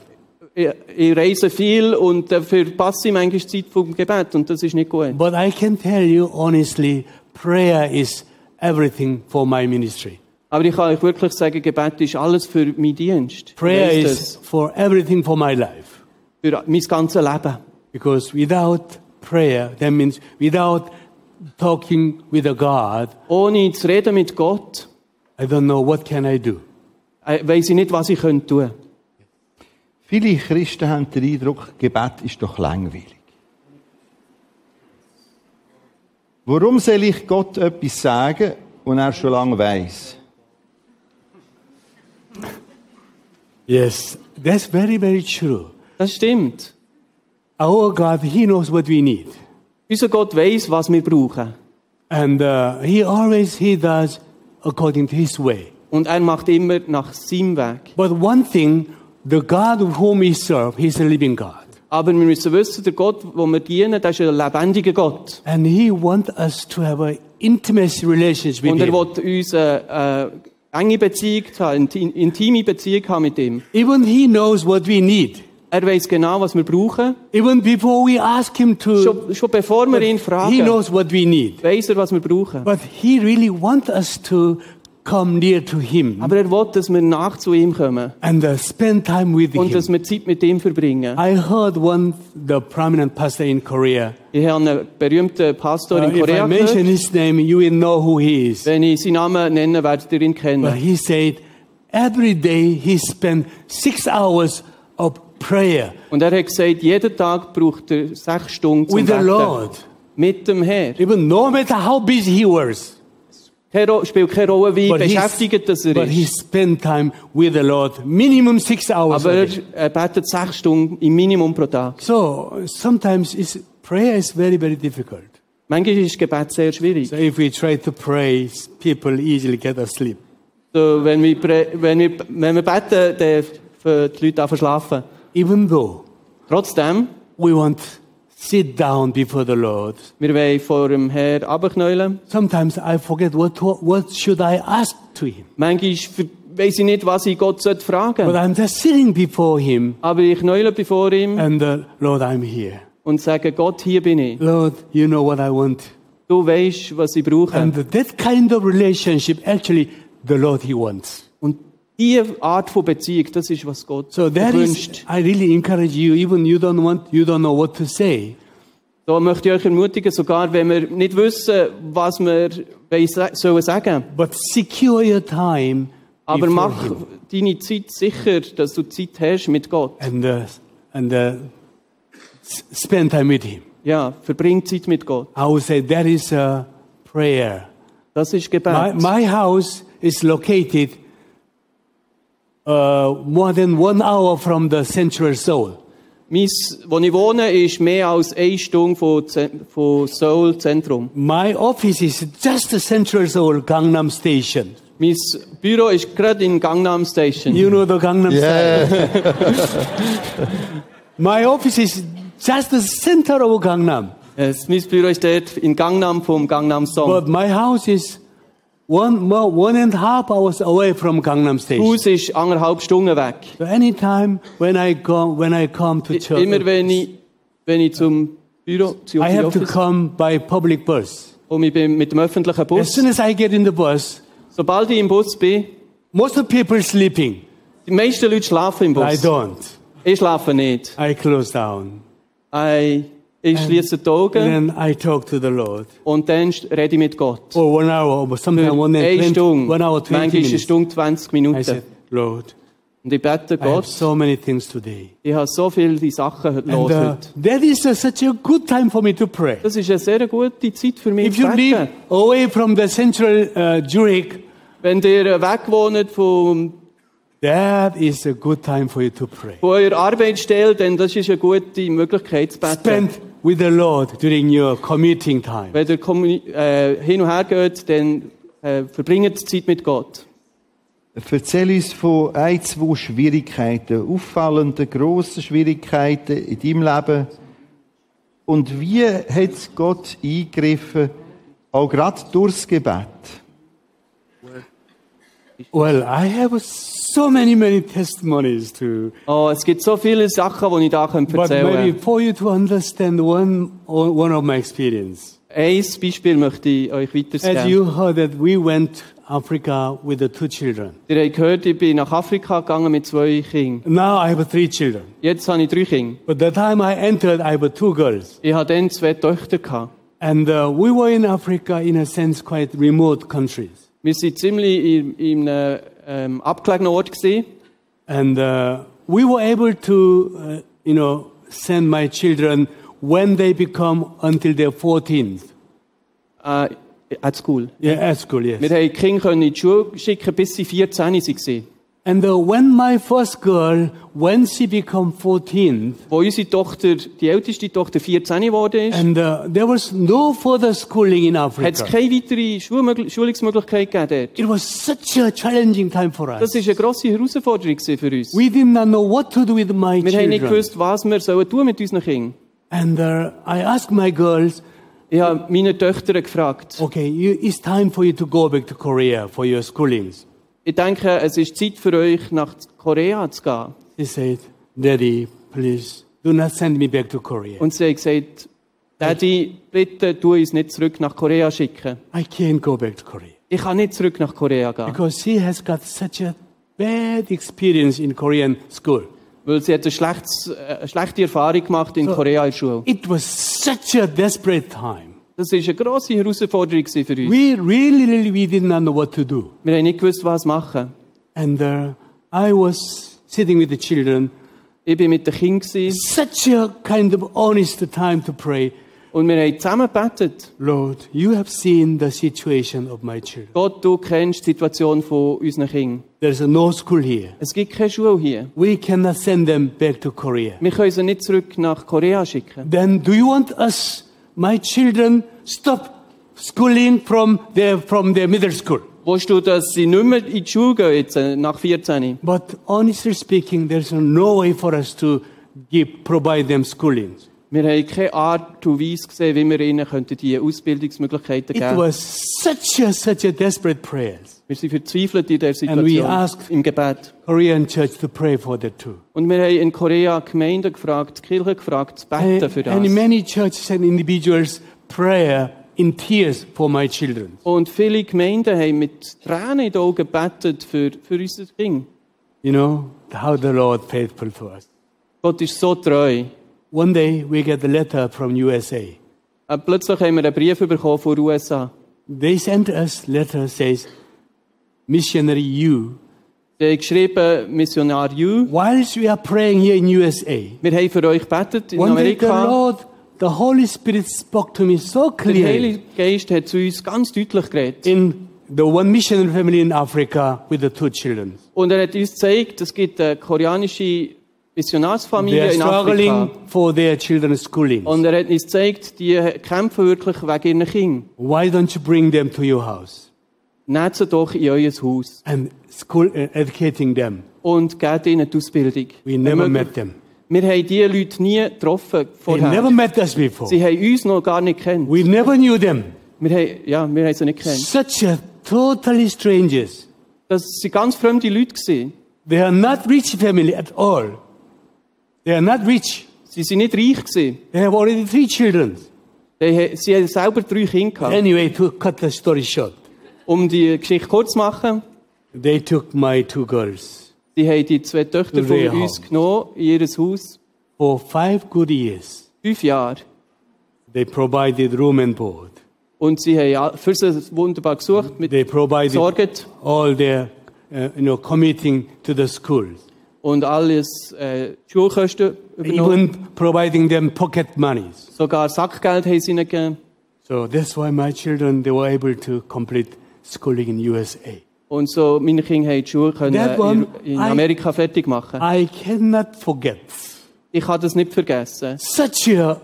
Speaker 2: Ich, ich reise viel und dafür passe ich manchmal die Zeit vom Gebet und das ist nicht gut.
Speaker 3: But I can tell you honestly, prayer is everything for my ministry.
Speaker 2: Aber ich kann euch wirklich sagen, Gebet ist alles für meinen Dienst.
Speaker 3: Prayer
Speaker 2: Ich weiss
Speaker 3: is for everything for my life.
Speaker 2: das. für mein ganzes Leben.
Speaker 3: Because without prayer, that means without talking with a God,
Speaker 2: Ohne zu reden mit Gott,
Speaker 3: I don't know what can I do.
Speaker 2: äh, weiss ich nicht, was ich tun könnte.
Speaker 1: Viele Christen haben den Eindruck, Gebet ist doch langweilig. Warum soll ich Gott etwas sagen, und er schon lange weiß?
Speaker 3: Yes, that's very, very true.
Speaker 2: Das stimmt.
Speaker 3: Our God, He knows what we need.
Speaker 2: Unser Gott weiß, was wir brauchen.
Speaker 3: And uh, He always, He does according to His way.
Speaker 2: Und er macht immer nach seinem Weg.
Speaker 3: But one thing, the God whom we serve, He's a living God.
Speaker 2: Aber wir müssen wissen, der Gott, wo wir dienen, das ist ein lebendiger Gott.
Speaker 3: And He wants us to have an intimate relationship with
Speaker 2: Und er
Speaker 3: Him.
Speaker 2: will uns eine äh, enge Beziehung haben, eine inti- intime Beziehung haben mit ihm.
Speaker 3: Even He knows what we need.
Speaker 2: Er weiß genau, was wir brauchen.
Speaker 3: Even before we ask Him to,
Speaker 2: Schon, schon bevor wir ihn
Speaker 3: He
Speaker 2: fragen,
Speaker 3: knows what we need.
Speaker 2: weiß er, was wir brauchen.
Speaker 3: But He really wants us to come near to Him
Speaker 2: Aber er will, dass wir nach zu ihm kommen
Speaker 3: and uh, spend time with
Speaker 2: und dass
Speaker 3: Him.
Speaker 2: wir Zeit mit ihm verbringen.
Speaker 3: I heard one, the prominent pastor in Korea.
Speaker 2: Ich habe einen berühmten Pastor
Speaker 3: Uh,
Speaker 2: in
Speaker 3: if I
Speaker 2: Korea
Speaker 3: mention
Speaker 2: gehört.
Speaker 3: his name, you will know who he is.
Speaker 2: Wenn ich seinen Namen nenne, werdet ihr ihn
Speaker 3: But
Speaker 2: kennen.
Speaker 3: he said every day he spent six hours of prayer
Speaker 2: Und er hat gesagt, jeden Tag braucht er sechs Stunden zum
Speaker 3: with the
Speaker 2: Beten.
Speaker 3: Lord.
Speaker 2: Mit dem Herr.
Speaker 3: Even no matter how busy he was,
Speaker 2: Keine Ro- Spielt keine Rolle, wie
Speaker 3: but he,
Speaker 2: beschäftigt das er
Speaker 3: but he
Speaker 2: ist.
Speaker 3: spent time with the Lord, minimum six hours.
Speaker 2: Aber
Speaker 3: a
Speaker 2: er
Speaker 3: day.
Speaker 2: äh, betet sechs Stunden im Minimum pro Tag.
Speaker 3: So sometimes it's, prayer is very, very difficult.
Speaker 2: Manchmal ist Gebet sehr schwierig.
Speaker 3: So if we try to pray, people easily get asleep.
Speaker 2: So, wenn, wir, pre- wenn, wir, wenn wir beten, dann fangen die Leute an zu schlafen.
Speaker 3: Even though
Speaker 2: Trotzdem,
Speaker 3: we want to sit down before the Lord,
Speaker 2: wir wollen vor dem Herrn runterknäulen.
Speaker 3: Sometimes I forget what, what should I ask to him.
Speaker 2: Manchmal weiß ich nicht, was ich Gott sollte fragen
Speaker 3: But I'm just sitting before him
Speaker 2: Aber ich knäule bevor ihm
Speaker 3: and uh, Lord, I'm here.
Speaker 2: und sage, Gott, hier bin ich.
Speaker 3: Lord, you know what I want.
Speaker 2: Du weißt, was ich brauche.
Speaker 3: And that kind of relationship, actually, the Lord he wants.
Speaker 2: Und diese Art von Beziehung, das ist, was Gott
Speaker 3: So that is,
Speaker 2: wünscht.
Speaker 3: I really encourage you, even you don't want, you don't know what to say.
Speaker 2: Da möchte ich euch ermutigen, sogar wenn wir nicht wissen, was wir wollen sa- sollen sagen.
Speaker 3: But secure your time
Speaker 2: Aber
Speaker 3: before
Speaker 2: mach
Speaker 3: him.
Speaker 2: deine Zeit sicher, dass du Zeit hast mit Gott.
Speaker 3: And, uh, and uh, s- spend time with him.
Speaker 2: Ja, verbring Zeit mit Gott.
Speaker 3: I would say that is a prayer.
Speaker 2: Das ist Gebet.
Speaker 3: My, my house is located uh, more than one hour from the central Seoul.
Speaker 2: Mies, wo ich wohne, ist mehr als eine Stunde von, Ze- von Seoul Zentrum.
Speaker 3: My office is just the central Seoul Gangnam Station.
Speaker 2: Mein Büro ist gerade in Gangnam Station.
Speaker 3: You know the Gangnam Station.
Speaker 1: Yeah.
Speaker 3: My office is just the center of Gangnam,
Speaker 2: Es, mein Büro ist dort in Gangnam vom Gangnam Song.
Speaker 3: but my house is one more one and a half hours away from Gangnam
Speaker 2: Das
Speaker 3: Station.
Speaker 2: Haus ist anderthalb Stunden weg.
Speaker 3: So anytime when I go when I come to church,
Speaker 2: Immer wenn ich, wenn ich zum Büro, zum
Speaker 3: I have to
Speaker 2: Office,
Speaker 3: come by public bus.
Speaker 2: und ich bin mit dem öffentlichen
Speaker 3: As
Speaker 2: Bus,
Speaker 3: soon as I get in the bus,
Speaker 2: sobald ich im Bus bin,
Speaker 3: most of people sleeping.
Speaker 2: die meisten Leute schlafen im
Speaker 3: I
Speaker 2: Bus.
Speaker 3: don't.
Speaker 2: Ich schlafe nicht.
Speaker 3: I close down.
Speaker 2: Ich, ich schließe die Augen
Speaker 3: And then Oh, I talk to the Lord
Speaker 2: und dann rede ich mit Gott.
Speaker 3: for one hour, or sometimes one,
Speaker 2: Eine
Speaker 3: and 20,
Speaker 2: Stunde,
Speaker 3: one hour,
Speaker 2: manchmal
Speaker 3: 20
Speaker 2: eine
Speaker 3: minutes.
Speaker 2: Stunde, 20
Speaker 3: I
Speaker 2: Minuten.
Speaker 3: said, Lord,
Speaker 2: Und ich bete
Speaker 3: I have
Speaker 2: Gott,
Speaker 3: so many things today.
Speaker 2: ich habe so viele Sachen heute los.
Speaker 3: And uh,
Speaker 2: heute.
Speaker 3: that is uh, such a good time for me to pray.
Speaker 2: Das ist eine sehr gute Zeit für mich
Speaker 3: If
Speaker 2: zu
Speaker 3: you
Speaker 2: beten.
Speaker 3: live away from the central uh, Zurich,
Speaker 2: Wenn ihr weg wohnt vom
Speaker 3: that is a good time for you to pray.
Speaker 2: von eurer Arbeitsstelle, dann das ist eine gute Möglichkeit zu beten.
Speaker 3: Spend with the Lord during your commuting time.
Speaker 2: Wenn ihr kommu- äh, hin und her geht, dann äh, verbringt die Zeit mit Gott.
Speaker 1: Erzähl uns von ein, zwei Schwierigkeiten, auffallenden, grossen Schwierigkeiten in deinem Leben. Und wie hat Gott eingegriffen, auch gerade durchs Gebet?
Speaker 3: Well, I have so many, many testimonies to
Speaker 2: Oh, es gibt so viele Sachen, die ich da erzählen
Speaker 3: But maybe
Speaker 2: könnte.
Speaker 3: for you to understand one, one of my experience.
Speaker 2: Ein Beispiel möchte ich euch
Speaker 3: As
Speaker 2: weitergeben.
Speaker 3: you heard that we went to Africa with the two children.
Speaker 2: Ihr habt gehört, ich bin nach Afrika gegangen mit zwei Kindern.
Speaker 3: Now I have three children.
Speaker 2: Jetzt habe ich drei Kinder.
Speaker 3: But the time I entered, I have two girls.
Speaker 2: Ich hatte dann zwei Töchter. Gehabt.
Speaker 3: And uh, we were in Africa, in a sense, quite remote countries.
Speaker 2: Wir waren ziemlich in, in einem ähm, abgelegenen Ort. Gewesen.
Speaker 3: And uh, we were able to, uh, you know, send my children when they become until their 14th.
Speaker 2: Äh, at school.
Speaker 3: Yeah, at school, yes.
Speaker 2: Wir haben die Kinder können in die Schule schicken, bis sie 14 waren.
Speaker 3: And uh, when my first girl, when she became 14,
Speaker 2: Wo unsere Tochter, die älteste Tochter, 14 geworden ist,
Speaker 3: and uh, there was no further schooling in
Speaker 2: hat es
Speaker 3: Africa.
Speaker 2: keine weitere Schulmögl- Schulungsmöglichkeit gegeben. dort.
Speaker 3: It was such a challenging time for us.
Speaker 2: Das war eine grosse Herausforderung gewesen für uns.
Speaker 3: We did not know what to do with my
Speaker 2: Wir haben nicht
Speaker 3: children.
Speaker 2: gewusst, was wir sollen tun mit unseren Kindern.
Speaker 3: And uh, I asked my girls,
Speaker 2: Ich habe meine Töchter gefragt.
Speaker 3: okay, you, it's time for you to go back to Korea for your schoolings.
Speaker 2: Ich denke, es ist Zeit für euch, nach Korea zu gehen.
Speaker 3: She said, Daddy, please do not send me back to Korea.
Speaker 2: Und sie haben gesagt, Daddy, bitte tu uns nicht zurück nach Korea schicken.
Speaker 3: I can't go back to Korea
Speaker 2: Ich kann nicht zurück nach Korea gehen,
Speaker 3: because she has got such a bad experience in Korean school.
Speaker 2: weil sie hat eine, schlechtes, äh, eine schlechte Erfahrung gemacht in Korea in der Schule.
Speaker 3: It was such a desperate time.
Speaker 2: Das war eine grosse Herausforderung gewesen für uns.
Speaker 3: We really, really, we did not know what to do.
Speaker 2: Wir haben nicht gewusst, was machen.
Speaker 3: And uh, I was sitting with the children,
Speaker 2: Ich war mit den Kindern gewesen
Speaker 3: such a kind of honest time to pray.
Speaker 2: und wir haben zusammen gebetet.
Speaker 3: Lord, you have seen the situation of my children.
Speaker 2: Gott, du kennst die Situation von unseren Kindern.
Speaker 3: There's no school here.
Speaker 2: Es gibt keine Schule hier.
Speaker 3: We cannot send them back to Korea.
Speaker 2: Wir können sie nicht zurück nach Korea schicken.
Speaker 3: Then do you want us, my children, stop schooling from their, from their middle school?
Speaker 2: Willst du, dass sie nicht mehr in die Schule gehen jetzt, äh, nach 14?
Speaker 3: But honestly speaking, there's no way for us to give, provide them schooling.
Speaker 2: Wir haben keine Art und Weise gesehen, wie wir ihnen könnten diese Ausbildungsmöglichkeiten
Speaker 3: It
Speaker 2: geben
Speaker 3: was such a, such a desperate prayer.
Speaker 2: Wir sind verzweifelt in dieser
Speaker 3: And we
Speaker 2: Situation,
Speaker 3: asked-
Speaker 2: im Gebet.
Speaker 3: Korean church to pray for that too.
Speaker 2: Und wir haben in Korea Gemeinden gefragt, die Kirche gefragt, zu
Speaker 3: And,
Speaker 2: beten für das.
Speaker 3: and many churches and individuals prayer in tears for my children.
Speaker 2: Und viele Gemeinden haben mit Tränen in den Augen gebetet für, für unser Kind.
Speaker 3: You know how the Lord faithful to us.
Speaker 2: Gott ist so treu.
Speaker 3: One day we get a letter from USA.
Speaker 2: Äh, Plötzlich haben wir einen Brief bekommen von den USA.
Speaker 3: They sent us letter says, missionary you.
Speaker 2: Sie haben geschrieben, Missionar Yu,
Speaker 3: Whilst we are praying here in USA,
Speaker 2: wir haben für euch gebetet in
Speaker 3: one day the
Speaker 2: Amerika.
Speaker 3: Lord, the Holy Spirit spoke to me so
Speaker 2: Der
Speaker 3: clearly
Speaker 2: Heilige Geist hat zu uns ganz deutlich geredet.
Speaker 3: in the one missionary family in Africa with the two children.
Speaker 2: Und er hat uns gezeigt, es gibt eine koreanische
Speaker 3: They
Speaker 2: Missionarsfamilie
Speaker 3: are
Speaker 2: in Afrika.
Speaker 3: struggling for their children's schooling.
Speaker 2: Und er hat uns gezeigt, die kämpfen wirklich wegen ihren Kindern.
Speaker 3: Why don't you bring them to your house
Speaker 2: Nehmt sie doch in euer Haus
Speaker 3: and school uh, educating them?
Speaker 2: und gebt ihnen die Ausbildung.
Speaker 3: We never
Speaker 2: Ermöglicht-
Speaker 3: met them.
Speaker 2: Wir haben diese Leute nie getroffen
Speaker 3: They
Speaker 2: vorher.
Speaker 3: never met us before.
Speaker 2: Sie haben uns noch gar nicht kennt.
Speaker 3: We never knew them.
Speaker 2: Wir haben, ja, wir haben sie nicht kennt.
Speaker 3: Such a totally strangers.
Speaker 2: Das waren ganz fremde Leute. Gewesen.
Speaker 3: They are not rich family at all. They are not rich.
Speaker 2: Sie waren nicht reich. Gewesen.
Speaker 3: They have already three children.
Speaker 2: Die ha- Sie haben selber drei Kinder gehabt.
Speaker 3: Anyway, to cut the story short,
Speaker 2: Um die Geschichte kurz zu machen,
Speaker 3: they took my two girls
Speaker 2: sie haben die zwei Töchter von
Speaker 3: Rehab.
Speaker 2: uns genommen in ihr Haus.
Speaker 3: for five good years.
Speaker 2: Fünf Jahre.
Speaker 3: They provided room and board.
Speaker 2: Und sie haben all- für sie wunderbar gesucht, mit
Speaker 3: They provided
Speaker 2: gesorgt
Speaker 3: all their, uh, you know, committing to the schools.
Speaker 2: und alles äh, Schulkosten übernommen.
Speaker 3: even providing them pocket monies.
Speaker 2: Sogar Sackgeld haben sie ihnen gegeben.
Speaker 3: So that's why my children they were able to complete schooling in USA.
Speaker 2: Und so meine Kinder haben die Schule
Speaker 3: That
Speaker 2: können
Speaker 3: one,
Speaker 2: in, in
Speaker 3: I-
Speaker 2: Amerika fertig machen.
Speaker 3: I cannot forget
Speaker 2: Ich kann das nicht vergessen.
Speaker 3: such a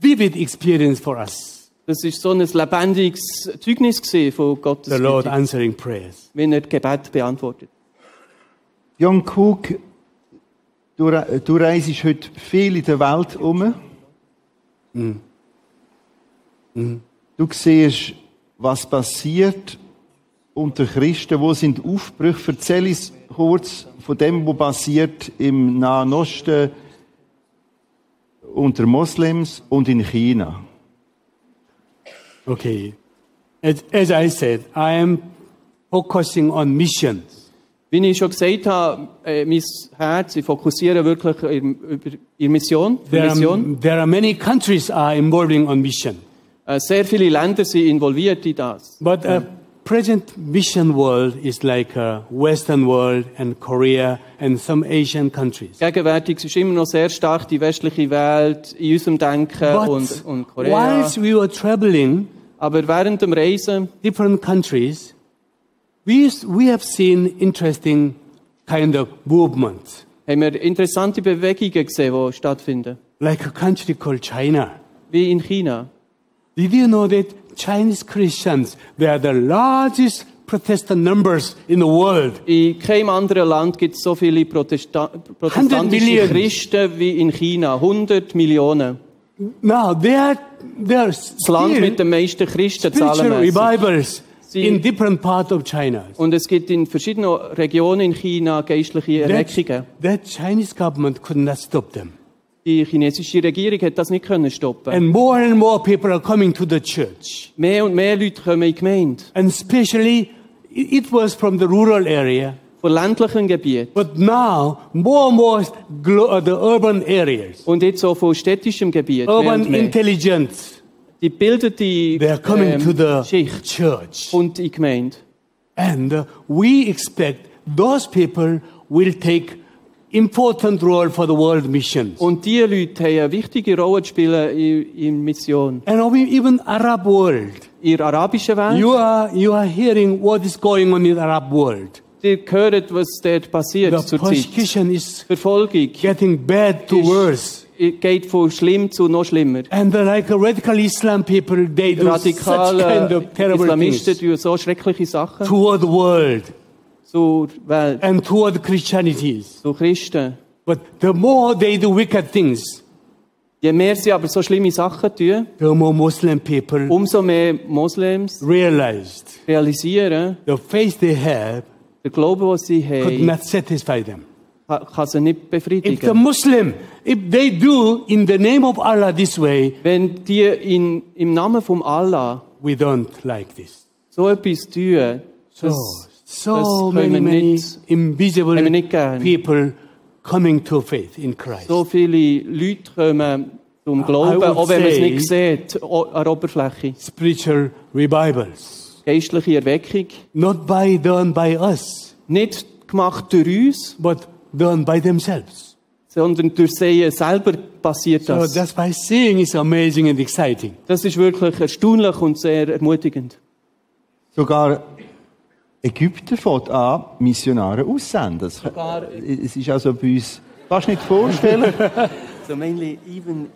Speaker 3: vivid experience for us.
Speaker 2: Das ist so ein lebendiges Zeugnis gewesen von Gottes
Speaker 3: The Lord
Speaker 2: Güte,
Speaker 3: answering prayers.
Speaker 2: wenn er Gebet beantwortet.
Speaker 1: John Cook, du, re- du reist heute viel in der Welt um. Du siehst, was passiert unter Christen, wo sind Aufbrüche. Erzähl uns kurz von dem, was passiert im Nahen Osten unter Moslems und in China.
Speaker 3: Okay. As, as I said, I am focusing on missions.
Speaker 2: Wie ich schon gesagt habe, äh, mein Herz, ich fokussiere wirklich in, über ihre Mission, die
Speaker 3: There are,
Speaker 2: Mission.
Speaker 3: there are many countries are involving on mission.
Speaker 2: Äh, sehr viele Länder sind involviert in das.
Speaker 3: But uh,
Speaker 2: Mm.
Speaker 3: present mission world is like uh, Western world and Korea and some Asian countries.
Speaker 2: Gegenwärtig ist immer noch sehr stark die westliche Welt in unserem Denken
Speaker 3: But
Speaker 2: und, und Korea.
Speaker 3: whilst we were traveling
Speaker 2: Aber während dem Reisen
Speaker 3: different countries, we, we have seen interesting kind of movement,
Speaker 2: haben wir interessante Bewegungen gesehen, die stattfinden.
Speaker 3: like a country called China.
Speaker 2: Wie in China.
Speaker 3: Did you know that Chinese Christians they are the largest Protestant numbers in the world?
Speaker 2: In keinem anderen Land gibt es so viele Protesta
Speaker 3: 100
Speaker 2: protestantische
Speaker 3: Millionen.
Speaker 2: Christen wie in China. 100 Millionen.
Speaker 3: Now they are they are
Speaker 2: Das Land
Speaker 3: still
Speaker 2: mit den meisten Christen
Speaker 3: spiritual
Speaker 2: zahlenmässig.
Speaker 3: revivals
Speaker 2: Sie-
Speaker 3: in different parts of China.
Speaker 2: Und es gibt in verschiedenen Regionen in China geistliche Erweckungen.
Speaker 3: That, that Chinese government could not stop them.
Speaker 2: Die chinesische Regierung hat das nicht können stoppen.
Speaker 3: And more and more people are coming to the church.
Speaker 2: Mehr und mehr Leute kommen in die Gemeinde.
Speaker 3: And especially, it it was from the rural area.
Speaker 2: Von ländlichen Gebieten.
Speaker 3: But now, more and more glo- uh, the urban areas,
Speaker 2: Und jetzt auch von städtischem Gebiet. Mehr und
Speaker 3: urban
Speaker 2: mehr.
Speaker 3: intelligence,
Speaker 2: Die bildete
Speaker 3: they are coming to
Speaker 2: ähm,
Speaker 3: the
Speaker 2: Schicht
Speaker 3: church.
Speaker 2: und in die Gemeinde.
Speaker 3: And uh, we expect those people will take important role for the world missions.
Speaker 2: Und diese Leute haben eine wichtige Rolle zu spielen in, in Mission.
Speaker 3: And of even Arab world.
Speaker 2: In der arabischen Welt,
Speaker 3: You are, you are hearing what is going on in Arab world.
Speaker 2: ihr hört, was dort passiert
Speaker 3: The
Speaker 2: zurzeit.
Speaker 3: persecution is
Speaker 2: Verfolgung
Speaker 3: getting bad to worse.
Speaker 2: geht von schlimm zu noch schlimmer.
Speaker 3: And the, like radical Islam people, they do such
Speaker 2: Radikale
Speaker 3: kind of terrible
Speaker 2: Islamisten
Speaker 3: things
Speaker 2: tun so schreckliche Sachen
Speaker 3: toward the world
Speaker 2: zur Welt,
Speaker 3: and toward Christianity.
Speaker 2: zu Christen.
Speaker 3: But the more they do wicked things,
Speaker 2: Je mehr sie aber so schlimme Sachen tun,
Speaker 3: the more Muslim people
Speaker 2: umso mehr Moslems
Speaker 3: realized
Speaker 2: realisieren,
Speaker 3: the faith they have
Speaker 2: der Glaube, den sie
Speaker 3: could
Speaker 2: haben,
Speaker 3: not satisfy them.
Speaker 2: kann, kann sie nicht
Speaker 3: If the
Speaker 2: befriedigen.
Speaker 3: Muslim, if they do in the name of Allah this way,
Speaker 2: Wenn die in, im Namen von Allah
Speaker 3: we don't like this.
Speaker 2: so etwas tun,
Speaker 3: So,
Speaker 2: das
Speaker 3: so
Speaker 2: das
Speaker 3: many,
Speaker 2: können wir
Speaker 3: many
Speaker 2: nicht-
Speaker 3: invisible
Speaker 2: können wir nicht gern.
Speaker 3: people coming to faith in Christ.
Speaker 2: so viele Leute kommen zum
Speaker 3: I
Speaker 2: Glauben,
Speaker 3: would
Speaker 2: auch wenn man es
Speaker 3: say-
Speaker 2: nicht sieht, o- an der Oberfläche.
Speaker 3: Spiritual revivals,
Speaker 2: Geistliche Erweckung,
Speaker 3: not by done by us,
Speaker 2: nicht gemacht durch uns,
Speaker 3: but done by themselves.
Speaker 2: sondern durch sie selber passiert
Speaker 3: So
Speaker 2: das.
Speaker 3: that's why seeing is amazing and exciting.
Speaker 2: Das ist wirklich erstaunlich und sehr ermutigend.
Speaker 1: Sogar Ägypter fängt an, Missionare auszusenden. Das,
Speaker 2: Sogar-
Speaker 1: es ist also bei uns fast nicht vorstellen.
Speaker 2: So mainly even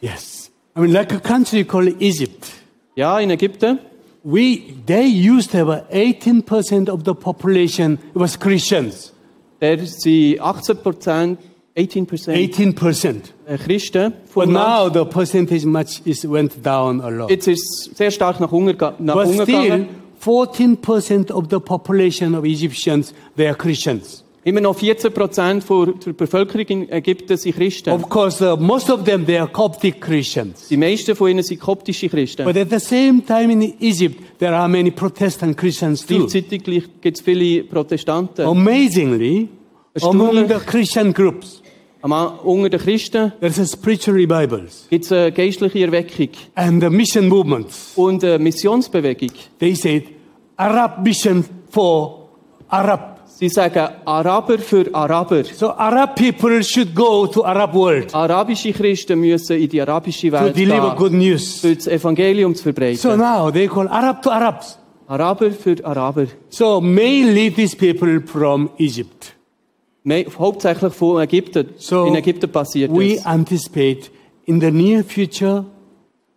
Speaker 3: Yes, I mean like a country called Egypt.
Speaker 2: ja, in Ägypten.
Speaker 3: We they used to have 18% of the population was Christians.
Speaker 2: Da sind 18 Prozent, 18 Prozent
Speaker 3: 18%.
Speaker 2: Christen.
Speaker 3: But
Speaker 2: Vom Land.
Speaker 3: now the percentage much is went down a lot.
Speaker 2: Jetzt ist es sehr stark nach unten gega- nach
Speaker 3: But
Speaker 2: unten
Speaker 3: still,
Speaker 2: gegangen.
Speaker 3: 14% of the population of Egyptians, they are Christians.
Speaker 2: Immer noch 14 Prozent der Bevölkerung in Ägypten sind Christen.
Speaker 3: Of course, uh, most of them, they are Coptic Christians.
Speaker 2: Die meisten von ihnen sind koptische Christen.
Speaker 3: But at the same time in Egypt, there are many Protestant Christians too.
Speaker 2: Gleichzeitig gibt es viele Protestanten.
Speaker 3: Amazingly, among the Christian groups,
Speaker 2: Am An- unter den Christen
Speaker 3: there's a spiritual revivals
Speaker 2: gibt es eine geistliche Erweckung
Speaker 3: and the mission movements.
Speaker 2: und eine Missionsbewegung.
Speaker 3: They said, Arab mission for Arab.
Speaker 2: Sie sagen Araber für Araber.
Speaker 3: So Arab people should go to Arab world
Speaker 2: Arabische Christen müssen in die arabische
Speaker 3: to
Speaker 2: Welt
Speaker 3: deliver
Speaker 2: gehen,
Speaker 3: good news.
Speaker 2: für das Evangelium zu verbreiten.
Speaker 3: So now they call Arab to Arabs.
Speaker 2: Araber für Araber.
Speaker 3: So mainly these people from Egypt.
Speaker 2: Me- Hauptsächlich von Ägypten.
Speaker 3: So
Speaker 2: in Ägypten passiert
Speaker 3: We
Speaker 2: das.
Speaker 3: anticipate in the near future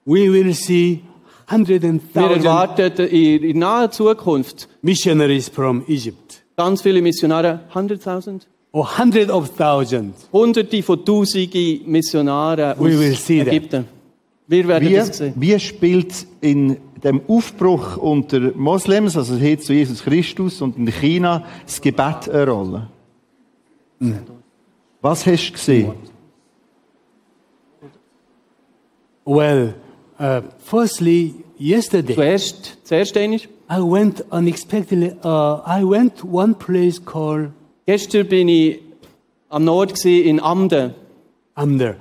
Speaker 3: we will see hundred and
Speaker 2: Wir
Speaker 3: thousand
Speaker 2: erwarten in, in naher Zukunft
Speaker 3: missionaries from Egypt
Speaker 2: ganz viele Missionare, 100.000,
Speaker 3: or hundred of thousands.
Speaker 2: Hunderte von Tausenden Missionare
Speaker 3: We will
Speaker 2: aus
Speaker 3: see that.
Speaker 2: Ägypten. Wir werden
Speaker 1: Wie,
Speaker 2: das sehen.
Speaker 1: wie spielt in dem Aufbruch unter Moslems, also hin zu Jesus Christus und in China, das Gebet eine Rolle? Was hast du gesehen?
Speaker 3: Well, uh, firstly, yesterday
Speaker 2: Zuerst, zuerst einmal.
Speaker 3: I went unexpectedly. Uh, I went to one place called
Speaker 2: Gestern bin ich am Nord gewesen, in Amden.
Speaker 3: Amder.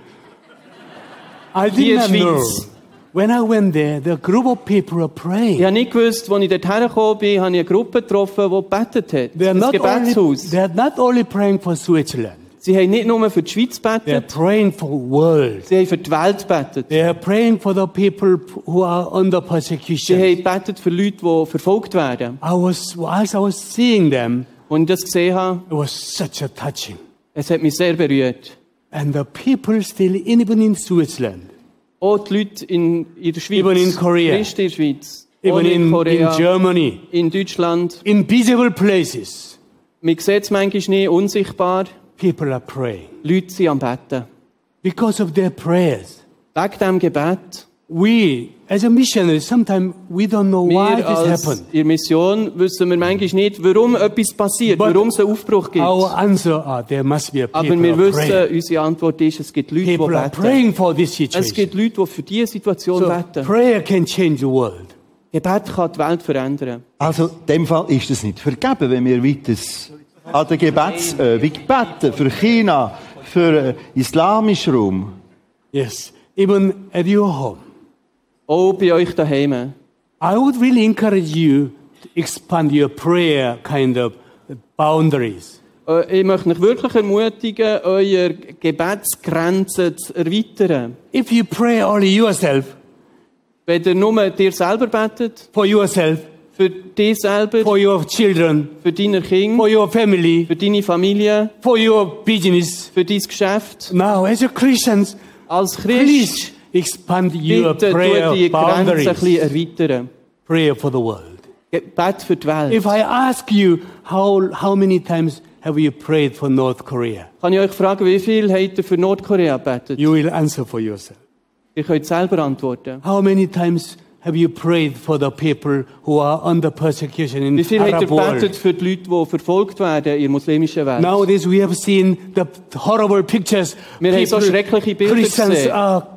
Speaker 3: I did
Speaker 2: Dear
Speaker 3: not know.
Speaker 2: Schweiz.
Speaker 3: When I went there, the group of people are praying.
Speaker 2: Ich habe nicht gewusst, als ich dort hergekommen bin, habe ich eine Gruppe getroffen, die gebetet hat.
Speaker 3: They
Speaker 2: das
Speaker 3: are not only,
Speaker 2: Gebetshaus.
Speaker 3: they are not only praying for Switzerland.
Speaker 2: Sie Sie haben nicht nur für die Schweiz
Speaker 3: They are
Speaker 2: gebetet,
Speaker 3: praying for world.
Speaker 2: sie haben für die Welt gebetet.
Speaker 3: They are praying for the people who are under
Speaker 2: Sie haben
Speaker 3: persecution.
Speaker 2: gebetet für Leute, die verfolgt werden.
Speaker 3: I was, as I was seeing them,
Speaker 2: Und ich das gesehen habe,
Speaker 3: it was such a touching.
Speaker 2: es hat mich sehr berührt.
Speaker 3: And the people still, even in Switzerland,
Speaker 2: Auch Oh, die Leute in, in der Schweiz.
Speaker 3: Even in Korea.
Speaker 2: Christen in der Schweiz.
Speaker 3: even
Speaker 2: Auch
Speaker 3: in,
Speaker 2: Korea.
Speaker 3: in Germany,
Speaker 2: in Deutschland.
Speaker 3: in visible places,
Speaker 2: Man sieht es manchmal nicht, unsichtbar.
Speaker 3: people are praying.
Speaker 2: Leute sind am Betten.
Speaker 3: Because of their prayers,
Speaker 2: Wegen dem Gebet.
Speaker 3: we, as a missionary, sometimes we don't know why
Speaker 2: Wir
Speaker 3: this
Speaker 2: als
Speaker 3: happened.
Speaker 2: in der Mission wissen wir manchmal nicht, warum etwas passiert,
Speaker 3: But
Speaker 2: warum es einen Aufbruch gibt.
Speaker 3: Our
Speaker 2: Aber
Speaker 3: answer are there must be a people
Speaker 2: wir
Speaker 3: are praying.
Speaker 2: wissen, unsere Antwort ist, es gibt Leute, die
Speaker 3: People are
Speaker 2: beten.
Speaker 3: praying for this
Speaker 2: Es
Speaker 3: situation.
Speaker 2: gibt Leute, die für diese Situation
Speaker 3: So
Speaker 2: beten.
Speaker 3: prayer can change the world.
Speaker 2: Gebet kann die Welt verändern.
Speaker 1: Also, in dem Fall ist es nicht vergeben, wenn wir weiter an der Gebetsübung beten. Für China, für äh, islamischen Raum.
Speaker 3: Yes, even at your home.
Speaker 2: Auch bei euch daheim.
Speaker 3: I would really encourage you to expand your prayer kind of boundaries.
Speaker 2: Äh, Ich möchte euch wirklich ermutigen, eure Gebetsgrenzen zu erweitern.
Speaker 3: If you pray only yourself,
Speaker 2: Wenn ihr nur dir selber betet,
Speaker 3: for yourself,
Speaker 2: für dich selber,
Speaker 3: for your children,
Speaker 2: für deine Kinder,
Speaker 3: for your family,
Speaker 2: für deine Familie,
Speaker 3: for your business.
Speaker 2: für dein Geschäft,
Speaker 3: Now, as a Christians,
Speaker 2: als Christ,
Speaker 3: please expand
Speaker 2: bitte
Speaker 3: your
Speaker 2: tu die
Speaker 3: prayer
Speaker 2: Grenzen ein bisschen
Speaker 3: boundaries.
Speaker 2: erweitern.
Speaker 3: Prayer for the world.
Speaker 2: Gebet für die Welt.
Speaker 3: If I ask you how, how many times have you prayed for North Korea,
Speaker 2: Kann ich euch fragen, wie viel habt ihr für Nordkorea gebetet?
Speaker 3: you will answer for yourself.
Speaker 2: Ihr könnt selber antworten.
Speaker 3: How many times have you prayed for the people who are under persecution in
Speaker 2: Wie viel habt ihr
Speaker 3: Arab
Speaker 2: gebetet
Speaker 3: world?
Speaker 2: für die Leute, die verfolgt werden in der muslimischen Welt?
Speaker 3: Nowadays we have seen the horrible pictures.
Speaker 2: Wir haben so
Speaker 3: People-
Speaker 2: schreckliche Bilder
Speaker 3: Christians
Speaker 2: gesehen.
Speaker 3: are,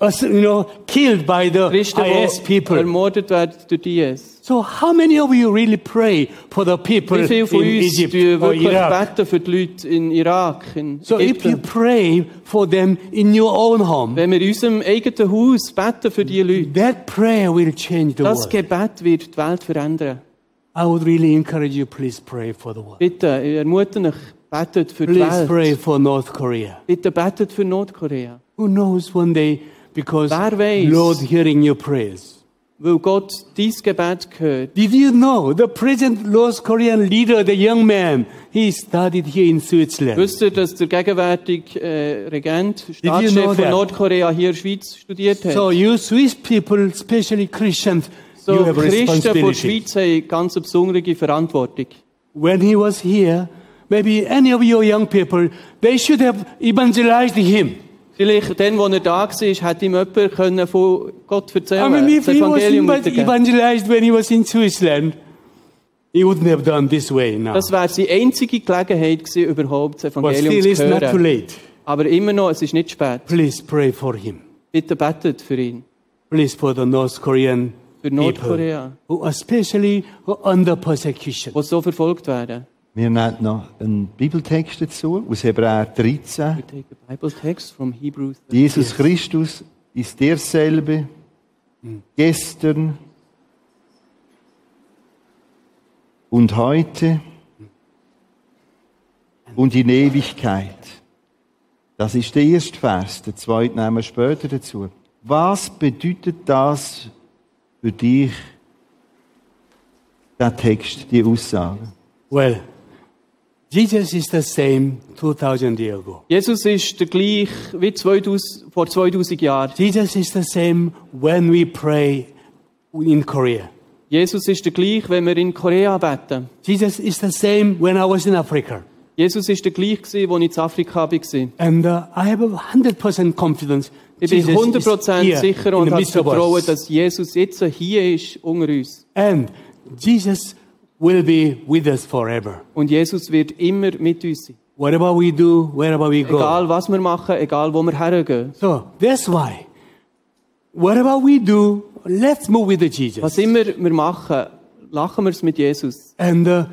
Speaker 3: us- you know, killed by the
Speaker 2: Christen,
Speaker 3: IS
Speaker 2: die
Speaker 3: people.
Speaker 2: ermordet werden durch die IS.
Speaker 3: So how many of you really pray for the people
Speaker 2: Wie viele von
Speaker 3: in
Speaker 2: uns
Speaker 3: Egypt
Speaker 2: tun
Speaker 3: or
Speaker 2: wirklich
Speaker 3: Iraq?
Speaker 2: beten für die Leute in Irak, in
Speaker 3: So if you
Speaker 2: Ägypten?
Speaker 3: pray for them in your own home,
Speaker 2: Wenn wir in unserem eigenen Haus beten für diese Leute,
Speaker 3: That prayer will change the
Speaker 2: das
Speaker 3: world.
Speaker 2: Gebet wird die Welt verändern.
Speaker 3: I would really encourage you, please pray for the world.
Speaker 2: Bitte, ich ermute euch, betet für die
Speaker 3: Please pray
Speaker 2: Welt.
Speaker 3: for North Korea.
Speaker 2: Bitte betet für Nordkorea.
Speaker 3: Who knows one day, because
Speaker 2: Wer weiß?
Speaker 3: Lord hearing your prayers.
Speaker 2: Weil Gott dein Gebet hört.
Speaker 3: Did you know the present North Korean leader, the young man, he studied here in Switzerland.
Speaker 2: Wisst ihr, dass der gegenwärtige äh, Regent,
Speaker 3: you know
Speaker 2: Staatschef von
Speaker 3: that?
Speaker 2: Nordkorea hier in der Schweiz studiert hat?
Speaker 3: So you Swiss people, especially Christians, you
Speaker 2: So,
Speaker 3: have
Speaker 2: Christen von der
Speaker 3: responsibility.
Speaker 2: Schweiz haben ganz eine besondere Verantwortung.
Speaker 3: When he was here, maybe any of your young people, they should have evangelized him.
Speaker 2: Vielleicht dann, als er da war, hätte ihm jemand können von Gott erzählen
Speaker 3: I mean, if
Speaker 2: das
Speaker 3: he was
Speaker 2: Evangelium
Speaker 3: evan-
Speaker 2: weitergeben.
Speaker 3: evangelized when he was in Switzerland, he wouldn't have done this way now.
Speaker 2: Das wäre seine einzige Gelegenheit gewesen, überhaupt das
Speaker 3: but
Speaker 2: Evangelium
Speaker 3: still, it's
Speaker 2: zu
Speaker 3: not too
Speaker 2: hören.
Speaker 3: late.
Speaker 2: Aber immer noch, es ist nicht spät.
Speaker 3: Please pray for him.
Speaker 2: Bitte betet für ihn,
Speaker 3: Please for the North Korean
Speaker 2: für
Speaker 3: people,
Speaker 2: Nordkorea,
Speaker 3: who especially who are under persecution.
Speaker 2: die so verfolgt werden.
Speaker 1: Wir nehmen noch einen Bibeltext dazu, aus Hebräer 13.
Speaker 2: We take a Bible text from Hebrews.
Speaker 1: Jesus Christus ist derselbe gestern und heute und in Ewigkeit. Das ist der erste Vers, der zweite nehmen wir später dazu. Was bedeutet das für dich, der Text, die Aussage?
Speaker 3: Well, Jesus is the same 2,000 years ago.
Speaker 2: Jesus ist der gleich wie 2000, vor 2000 Jahren.
Speaker 3: Jesus is the same when we pray in Korea.
Speaker 2: Jesus ist der gleich, wenn wir in Korea beten.
Speaker 3: Jesus is the same when I was in Africa.
Speaker 2: Jesus ist der gleich, gewesen, als ich in Afrika war.
Speaker 3: And uh, I have a 100% confidence.
Speaker 2: Ich bin
Speaker 3: Jesus is
Speaker 2: 100%
Speaker 3: here
Speaker 2: sicher
Speaker 3: in
Speaker 2: und
Speaker 3: the
Speaker 2: habe
Speaker 3: midst of
Speaker 2: Vertrauen,
Speaker 3: us.
Speaker 2: dass Jesus jetzt hier ist, unter uns.
Speaker 3: And Jesus will be with us forever.
Speaker 2: Und Jesus wird immer mit uns sein.
Speaker 3: Whatever we do, wherever we go.
Speaker 2: Egal was wir machen, egal wo wir hergehen.
Speaker 3: So that's why, whatever we do, let's move with the Jesus
Speaker 2: Was immer wir machen, lachen wir es mit Jesus.
Speaker 3: and uh,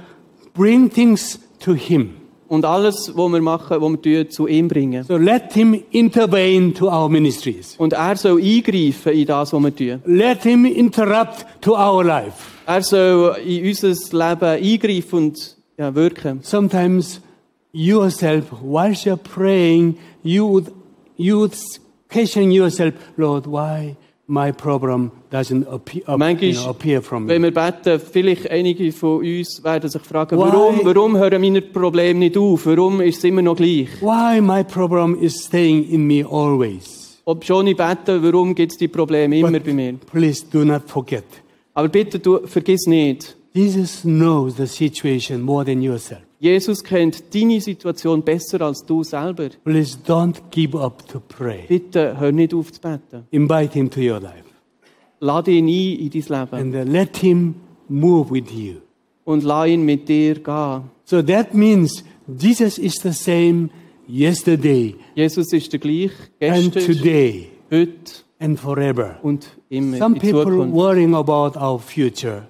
Speaker 3: bring things to Him.
Speaker 2: Und alles, was wir machen, was wir tun, zu ihm bringen.
Speaker 3: So let Him intervene to our ministries.
Speaker 2: Und er soll eingreifen in das, was wir tun.
Speaker 3: Let Him interrupt to our life.
Speaker 2: Er soll in unser Leben eingreifen und ja, wirken.
Speaker 3: Sometimes yourself, whilst you're praying, you would, you would question yourself, Lord, why my problem doesn't appear, you know,
Speaker 2: Manchmal,
Speaker 3: appear from me?
Speaker 2: wenn wir beten, vielleicht einige von uns werden sich fragen,
Speaker 3: Why?
Speaker 2: warum, warum hören meine Probleme nicht auf? Warum ist es immer noch gleich?
Speaker 3: Why my problem is staying in me always?
Speaker 2: Ob schon ich bete, warum gibt es die Probleme immer bei mir?
Speaker 3: Please do not forget.
Speaker 2: Aber bitte, du, vergiss nicht,
Speaker 3: Jesus knows the situation more than yourself.
Speaker 2: Jesus kennt deine Situation besser als du selber.
Speaker 3: Please don't give up to pray.
Speaker 2: Bitte hör nicht auf zu beten.
Speaker 3: Invite him to your life
Speaker 2: Lade ihn ein in dein Leben
Speaker 3: and uh, let him move with you.
Speaker 2: und lass ihn mit dir gehen.
Speaker 3: So that means Jesus is the same yesterday
Speaker 2: Jesus ist der gleich,
Speaker 3: and
Speaker 2: gestern,
Speaker 3: today
Speaker 2: heute
Speaker 3: and forever.
Speaker 2: und immer
Speaker 3: Some
Speaker 2: in
Speaker 3: people
Speaker 2: Zukunft.
Speaker 3: worrying about our future.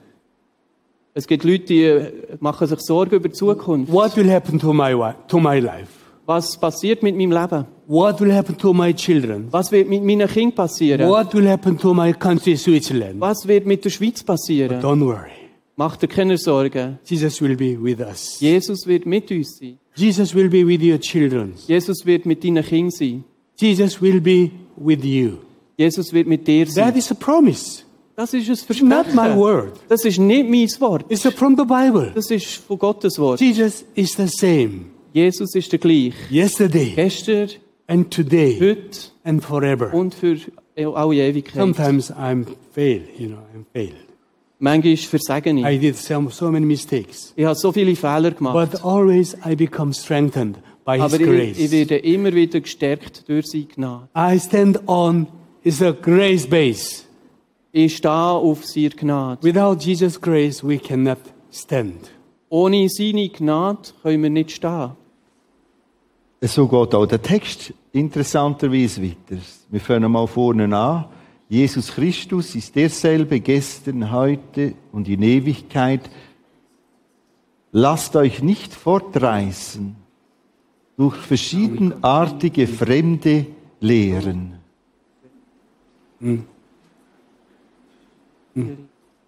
Speaker 2: Es gibt Leute, die äh, machen sich Sorgen über die Zukunft.
Speaker 3: What will happen to my wife, to my life?
Speaker 2: Was passiert mit meinem Leben?
Speaker 3: What will happen to my children?
Speaker 2: Was wird mit meinen Kindern passieren?
Speaker 3: What will happen to my country, Switzerland?
Speaker 2: Was wird mit der Schweiz passieren?
Speaker 3: Don't worry.
Speaker 2: Mach dir keine Sorgen.
Speaker 3: Jesus will be with us.
Speaker 2: Jesus wird mit uns sein.
Speaker 3: Jesus will be with your children.
Speaker 2: Jesus wird mit deinen Kindern sein.
Speaker 3: Jesus will be with you.
Speaker 2: Jesus wird mit dir
Speaker 3: That
Speaker 2: sein.
Speaker 3: is a promise.
Speaker 2: Das ist ein
Speaker 3: It's not my
Speaker 2: Versprechen.
Speaker 3: word.
Speaker 2: Das ist nicht mein Wort.
Speaker 3: It's from the Bible.
Speaker 2: Das ist von Gottes Wort.
Speaker 3: Jesus is the same
Speaker 2: Jesus ist der gleich.
Speaker 3: yesterday
Speaker 2: Gestern,
Speaker 3: and today
Speaker 2: heute
Speaker 3: and forever.
Speaker 2: und für alle Ewigkeit.
Speaker 3: Sometimes I'm fail, you know, I'm failed.
Speaker 2: Manchmal versagen ich.
Speaker 3: I did some, so many mistakes.
Speaker 2: Ich habe so viele Fehler gemacht.
Speaker 3: But always I become strengthened by His
Speaker 2: Aber ich, ich
Speaker 3: grace.
Speaker 2: werde immer wieder gestärkt durch seine Gnade.
Speaker 3: I stand on is a grace base.
Speaker 2: Ich stehe auf seine Gnade.
Speaker 3: Without Jesus' grace, we cannot stand.
Speaker 2: Ohne seine Gnade können wir nicht stehen.
Speaker 1: So geht auch der Text interessanterweise weiter. Wir fangen mal vorne an. Jesus Christus ist derselbe gestern, heute und in Ewigkeit. Lasst euch nicht fortreißen durch verschiedenartige fremde Lehren.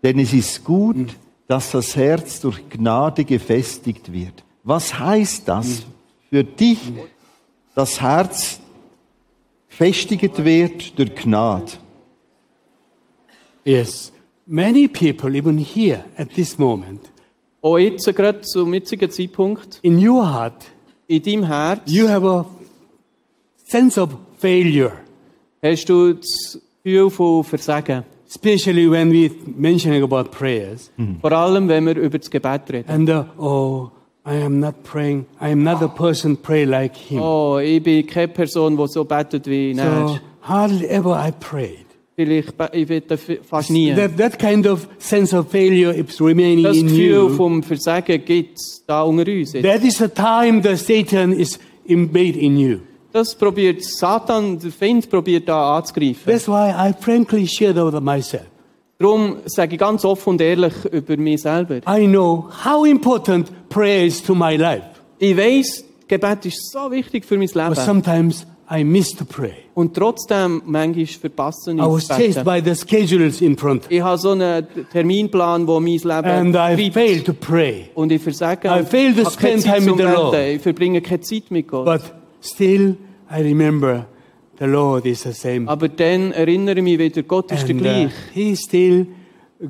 Speaker 1: Denn es ist
Speaker 3: Mhm.
Speaker 1: gut, dass das Herz durch Gnade gefestigt wird. Was heißt das
Speaker 3: Mhm.
Speaker 1: für dich, das Herz festigt wird durch Gnade?
Speaker 3: Yes. Many people, even here at this moment,
Speaker 2: Auch jetzt, gerade zum jetzigen Zeitpunkt,
Speaker 3: in your heart,
Speaker 2: in deinem Herz,
Speaker 3: you have a sense of failure,
Speaker 2: hast du das Gefühl von Versagen.
Speaker 3: especially when we mentioning about prayers.
Speaker 2: Vor allem, wenn wir über das Gebet reden.
Speaker 3: And uh, oh, I am not praying. I am not a person pray like him.
Speaker 2: Oh, ich bin keine Person, die so betet wie er.
Speaker 3: Hm. so hardly ever I prayed.
Speaker 2: Vielleicht, be- ich bete f- fast nie.
Speaker 3: That, that kind of sense of failure is remaining
Speaker 2: Das
Speaker 3: in
Speaker 2: Gefühl
Speaker 3: you.
Speaker 2: vom Versagen gibt es da unter uns. jetzt.
Speaker 3: That is the time that Satan is embedded in you.
Speaker 2: Das probiert Satan, der Feind probiert da anzugreifen.
Speaker 3: That's why I frankly share that with myself.
Speaker 2: Darum sage ich ganz offen und ehrlich über mich selber.
Speaker 3: I know how important prayer is to my life,
Speaker 2: Ich weiss, Gebet ist so wichtig für mein
Speaker 3: but
Speaker 2: Leben.
Speaker 3: sometimes I miss to pray.
Speaker 2: Und trotzdem, manchmal verpasse ich
Speaker 3: I was
Speaker 2: das
Speaker 3: chased
Speaker 2: Beten.
Speaker 3: by the schedules in front,
Speaker 2: Ich habe so einen Terminplan, der mein Leben
Speaker 3: and I
Speaker 2: treibt.
Speaker 3: failed to pray.
Speaker 2: Und ich versage,
Speaker 3: I failed to
Speaker 2: ich habe keine
Speaker 3: spend
Speaker 2: Zeit
Speaker 3: time
Speaker 2: zum
Speaker 3: with the Lord.
Speaker 2: Beten. Ich verbringe keine Zeit mit Gott.
Speaker 3: But still, I remember the Lord is the same,
Speaker 2: Aber dann erinnere ich mich wieder, Gott ist der
Speaker 3: and uh,
Speaker 2: gleich.
Speaker 3: He still uh,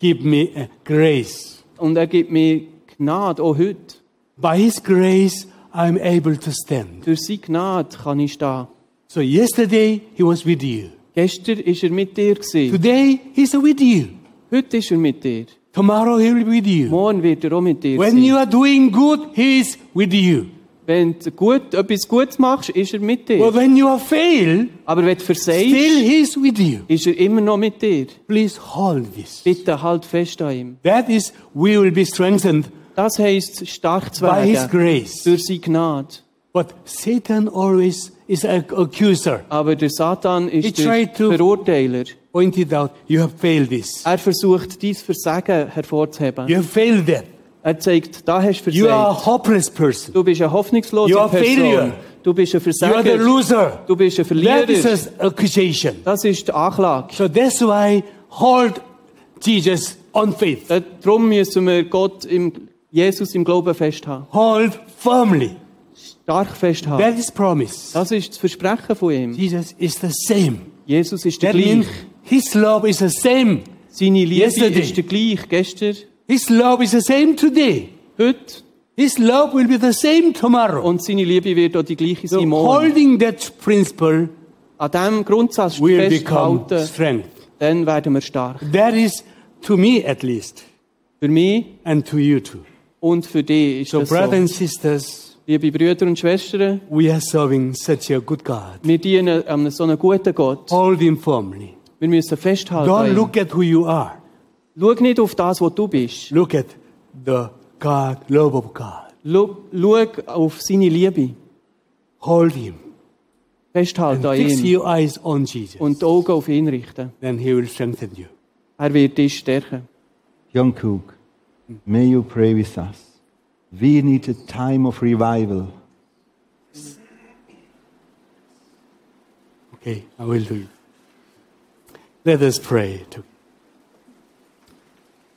Speaker 3: give me uh, grace.
Speaker 2: Und er gibt mir Gnade, auch heute.
Speaker 3: By His grace, I'm able to stand.
Speaker 2: Durch seine Gnade kann ich stehen.
Speaker 3: So yesterday He was with you.
Speaker 2: Gestern war er mit dir. Gewesen.
Speaker 3: Today He's with you.
Speaker 2: Heute ist er mit dir.
Speaker 3: Tomorrow He will be with you.
Speaker 2: Morgen wird er auch mit dir
Speaker 3: When
Speaker 2: sein.
Speaker 3: you are doing good, He is with you.
Speaker 2: Wenn du gut, etwas Gutes machst, ist er mit dir.
Speaker 3: But when you are fail,
Speaker 2: Aber wenn du
Speaker 3: still
Speaker 2: versagst,
Speaker 3: He is with you.
Speaker 2: ist er immer noch mit dir.
Speaker 3: Please hold this.
Speaker 2: Bitte halt fest an ihm.
Speaker 3: That is, we will be strengthened
Speaker 2: Das heisst, stark zu
Speaker 3: by His
Speaker 2: werden.
Speaker 3: grace.
Speaker 2: Durch seine Gnade.
Speaker 3: But Satan always is an accuser.
Speaker 2: Aber der Satan
Speaker 3: He
Speaker 2: ist der
Speaker 3: tried to-
Speaker 2: Verurteiler.
Speaker 3: Pointed out, you have failed this.
Speaker 2: Er versucht, dein Versagen hervorzuheben.
Speaker 3: You have failed that.
Speaker 2: Er zeigt, da hast du
Speaker 3: You are a
Speaker 2: versagt.
Speaker 3: hopeless person.
Speaker 2: Du bist eine hoffnungslose
Speaker 3: You are
Speaker 2: Person.
Speaker 3: failure.
Speaker 2: Du bist ein
Speaker 3: You are the
Speaker 2: Versager.
Speaker 3: loser.
Speaker 2: Du bist ein Verlierer.
Speaker 3: That is an accusation.
Speaker 2: Das ist die Anklage.
Speaker 3: So that's why hold Jesus on faith.
Speaker 2: Äh, Darum müssen wir Gott im Jesus im Glauben festhalten.
Speaker 3: Hold firmly.
Speaker 2: Stark festhalten.
Speaker 3: That is promise.
Speaker 2: Das ist das Versprechen von ihm.
Speaker 3: Jesus is the same.
Speaker 2: Jesus ist der
Speaker 3: That means
Speaker 2: gleich.
Speaker 3: his love is the same.
Speaker 2: Seine Liebe
Speaker 3: Yesterday.
Speaker 2: ist der gleich. Gestern,
Speaker 3: His love is the same today.
Speaker 2: heute.
Speaker 3: His love will be the same tomorrow.
Speaker 2: Und seine Liebe wird auch die gleiche
Speaker 3: So
Speaker 2: sein morgen.
Speaker 3: holding that principle
Speaker 2: An diesem Grundsatz
Speaker 3: will become
Speaker 2: festhalten,
Speaker 3: strength.
Speaker 2: dann werden wir stark.
Speaker 3: That is to me at least,
Speaker 2: Für mich
Speaker 3: and to you too.
Speaker 2: und für dich ist
Speaker 3: So,
Speaker 2: das
Speaker 3: brothers
Speaker 2: so.
Speaker 3: and sisters,
Speaker 2: Liebe Brüder und Schwestern,
Speaker 3: we are serving such a good God.
Speaker 2: wir dienen einem so einen guten Gott.
Speaker 3: Hold him firmly.
Speaker 2: Wir müssen festhalten. an
Speaker 3: Don't
Speaker 2: ihm.
Speaker 3: look at who you are.
Speaker 2: Schau nicht auf das, was du bist.
Speaker 3: Look at the God, love of God.
Speaker 2: Schau, schau auf seine Liebe.
Speaker 3: Hold him.
Speaker 2: Festhalten an
Speaker 3: Fix
Speaker 2: ihm.
Speaker 3: your eyes on Jesus.
Speaker 2: Und die Augen auf ihn richten.
Speaker 3: Then he will strengthen you.
Speaker 2: Er wird dich stärken.
Speaker 1: Young Cook,
Speaker 3: Mhm.
Speaker 1: may you pray with us. We need a time of revival.
Speaker 3: Okay, I will do it. Let us pray. To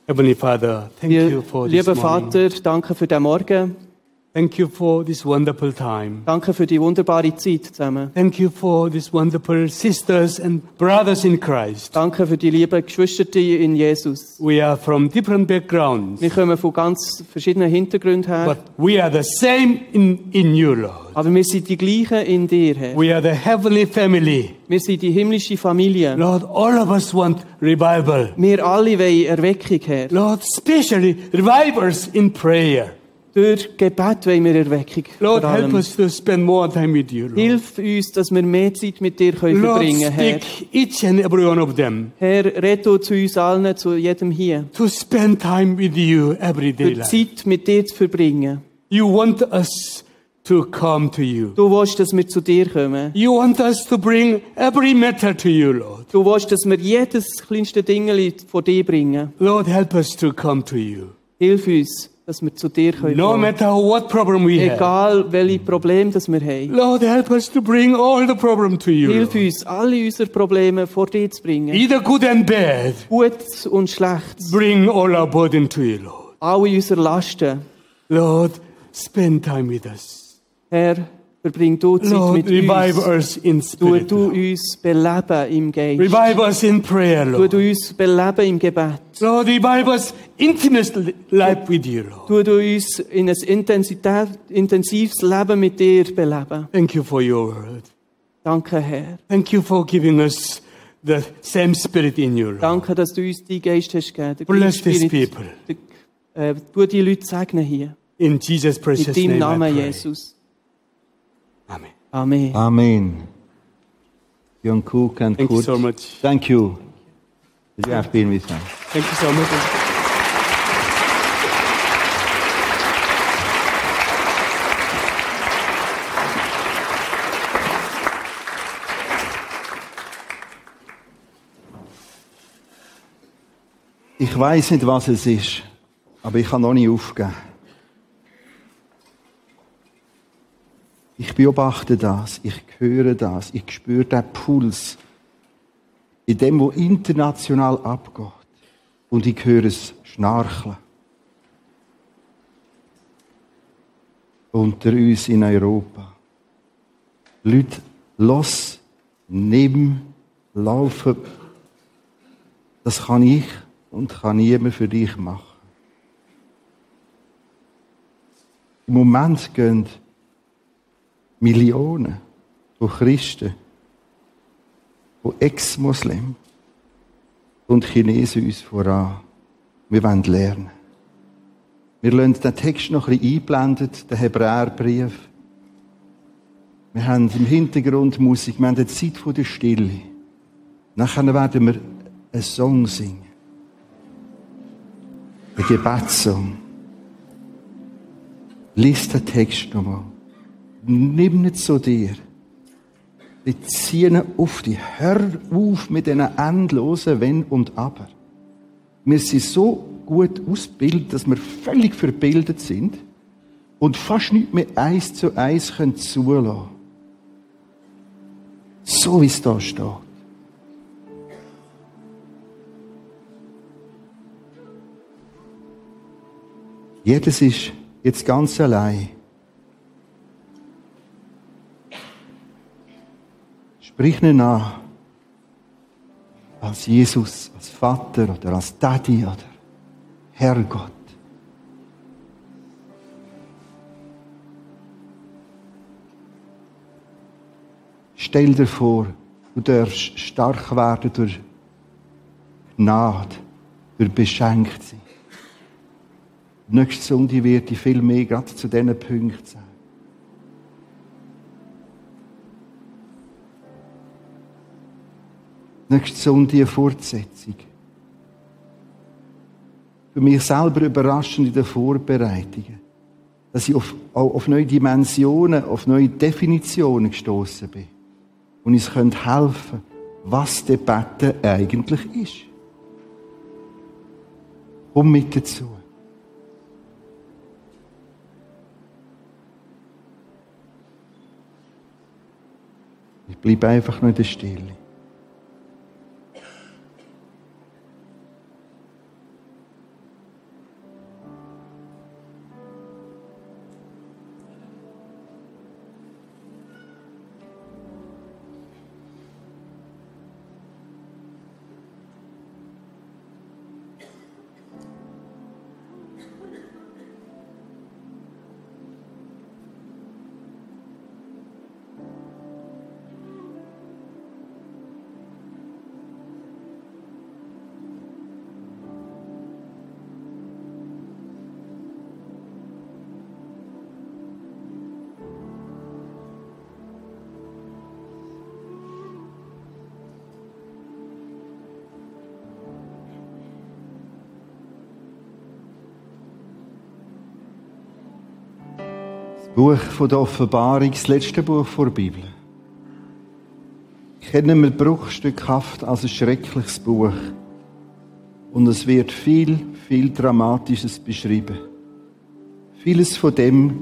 Speaker 3: Heavenly Father, thank you for this
Speaker 2: Lieber
Speaker 3: morning.
Speaker 2: Vater, danke für den Morgen.
Speaker 3: Thank you for this wonderful time.
Speaker 2: Danke für die wunderbare Zeit zusammen.
Speaker 3: Thank you for this wonderful sisters and brothers in Christ.
Speaker 2: Danke für die lieben Geschwister in Jesus.
Speaker 3: We are from different backgrounds,
Speaker 2: Wir kommen von ganz verschiedenen Hintergründen her.
Speaker 3: but we are the same in, in you, Lord.
Speaker 2: Aber wir sind die gleichen in dir, Herr.
Speaker 3: We are the heavenly family.
Speaker 2: Wir sind die himmlische Familie.
Speaker 3: Lord, all of us want revival.
Speaker 2: Wir alle wollen Erweckung, Herr.
Speaker 3: Lord, especially revivals in prayer.
Speaker 2: Durch Gebet wollen wir Erweckung.
Speaker 3: Lord,
Speaker 2: vor
Speaker 3: help
Speaker 2: allem.
Speaker 3: us to spend more time with you, Lord.
Speaker 2: Hilf uns, dass wir mehr Zeit mit dir können
Speaker 3: Lord,
Speaker 2: verbringen Herr.
Speaker 3: speak each and every one of them
Speaker 2: Herr, rette du zu uns allen, zu jedem hier.
Speaker 3: to spend time with you every day.
Speaker 2: Für
Speaker 3: Lord.
Speaker 2: Zeit mit dir zu verbringen.
Speaker 3: You want us to come to you.
Speaker 2: Du willst, dass wir zu dir kommen.
Speaker 3: You want us to bring every matter to you, Lord.
Speaker 2: Du willst, dass wir jedes kleinste Dingeli vor dir bringen.
Speaker 3: Lord, help us to come to you.
Speaker 2: Hilf uns, dass wir zu dir kommen.
Speaker 3: No matter what problem we have.
Speaker 2: Egal, welche Probleme das wir haben.
Speaker 3: Lord, help us to bring all the problem to you.
Speaker 2: Hilf
Speaker 3: Lord.
Speaker 2: uns, alle unsere Probleme vor dir zu bringen.
Speaker 3: Either good and bad,
Speaker 2: Gutes und Schlechtes.
Speaker 3: bring all our burden to you, Lord.
Speaker 2: Alle unsere Lasten.
Speaker 3: Lord, spend time with us.
Speaker 2: Herr, verbring du Zeit
Speaker 3: Lord,
Speaker 2: mit
Speaker 3: revive
Speaker 2: uns.
Speaker 3: us in
Speaker 2: Tu
Speaker 3: spirit.
Speaker 2: du uns beleben im Geist.
Speaker 3: Revive us in prayer,
Speaker 2: Tu
Speaker 3: Lord.
Speaker 2: du uns beleben im Gebet.
Speaker 3: Lord, revive us intimate li- life with you, Lord.
Speaker 2: Tu du uns in ein Intensität, intensives Leben mit dir beleben.
Speaker 3: Thank you for your word.
Speaker 2: Danke, Herr.
Speaker 3: Thank you for giving us the same spirit in you, Lord.
Speaker 2: Danke, dass du uns deinen Geist hast gegeben. Der
Speaker 3: Bless
Speaker 2: Geist
Speaker 3: these
Speaker 2: Spirit.
Speaker 3: people.
Speaker 2: Der- äh, Tu die Leute segnen hier.
Speaker 3: In Jesus'
Speaker 2: In
Speaker 3: precious
Speaker 2: deinem
Speaker 3: name. I
Speaker 2: Namen,
Speaker 3: pray.
Speaker 2: Jesus.
Speaker 3: Amen.
Speaker 2: Amen.
Speaker 1: Amen. Young Cook and
Speaker 3: Thank you
Speaker 1: Kurt,
Speaker 3: so much.
Speaker 1: Thank you. You have been with us.
Speaker 3: Thank you so much.
Speaker 1: Ich weiß nicht, was es ist, aber ich kann noch nicht aufgeben. Ich beobachte das, ich höre das, ich spüre den Puls in dem, wo international abgeht. Und ich höre es schnarchen. Unter uns in Europa. Leute, los, nimm, laufen. Das kann ich und kann niemand für dich machen. Im Moment gehen Millionen von Christen, von Ex-Muslimen und Chinesen uns voran. Wir wollen lernen. Wir lassen den Text noch ein bisschen einblenden, den Hebräerbrief. Wir haben im Hintergrund Musik, wir haben die Zeit von der Stille. Nachher werden wir einen Song singen. Einen Gebetssong. Lies den Text nochmal. Nimm ihn zu dir. Wir ziehen ihn auf dich. Hör auf mit diesen endlosen Wenn und Aber. Wir sind so gut ausgebildet, dass wir völlig verbildet sind und fast nicht mehr eins zu eins können zulassen können. So wie es da steht. Jedes ist jetzt ganz allein Sprich ihn an. Als Jesus, als Vater oder als Daddy oder Herrgott. Stell dir vor, du darfst stark werden durch Gnade, durch beschenkt sein. Nächste Sonntag werde ich viel mehr gerade zu diesen Punkten sagen. Nächste Sonntag eine Fortsetzung. Für mich selber überraschend in den Vorbereitungen, dass ich auf, auch auf neue Dimensionen, auf neue Definitionen gestoßen bin und uns helfen können, was Debatte eigentlich ist. Komm mit dazu. Ich bleibe einfach nur in der Stille. Buch von der Offenbarung, das letzte Buch vor der Bibel. Kennen wir bruchstückhaft als ein schreckliches Buch. Und es wird viel, viel Dramatisches beschrieben. Vieles von dem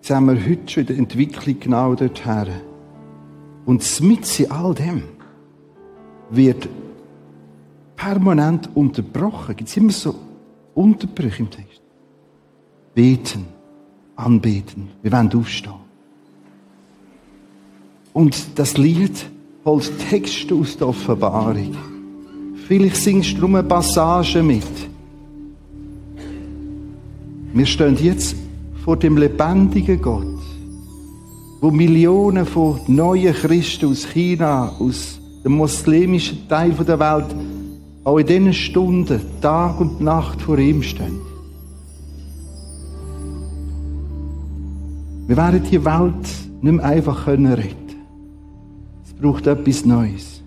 Speaker 1: sehen wir heute schon in der Entwicklung genau dorthin. Und mit in all dem wird permanent unterbrochen. Gibt es immer so Unterbrüche im Text? Beten anbeten. Wir wollen aufstehen. Und das Lied holt Texte aus der Offenbarung. Vielleicht singst du eine Passage mit. Wir stehen jetzt vor dem lebendigen Gott, wo Millionen von neuen Christen aus China, aus dem muslimischen Teil der Welt, auch in diesen Stunden, Tag und Nacht vor ihm stehen. Wir werden die Welt nicht mehr einfach retten können. Es braucht etwas Neues.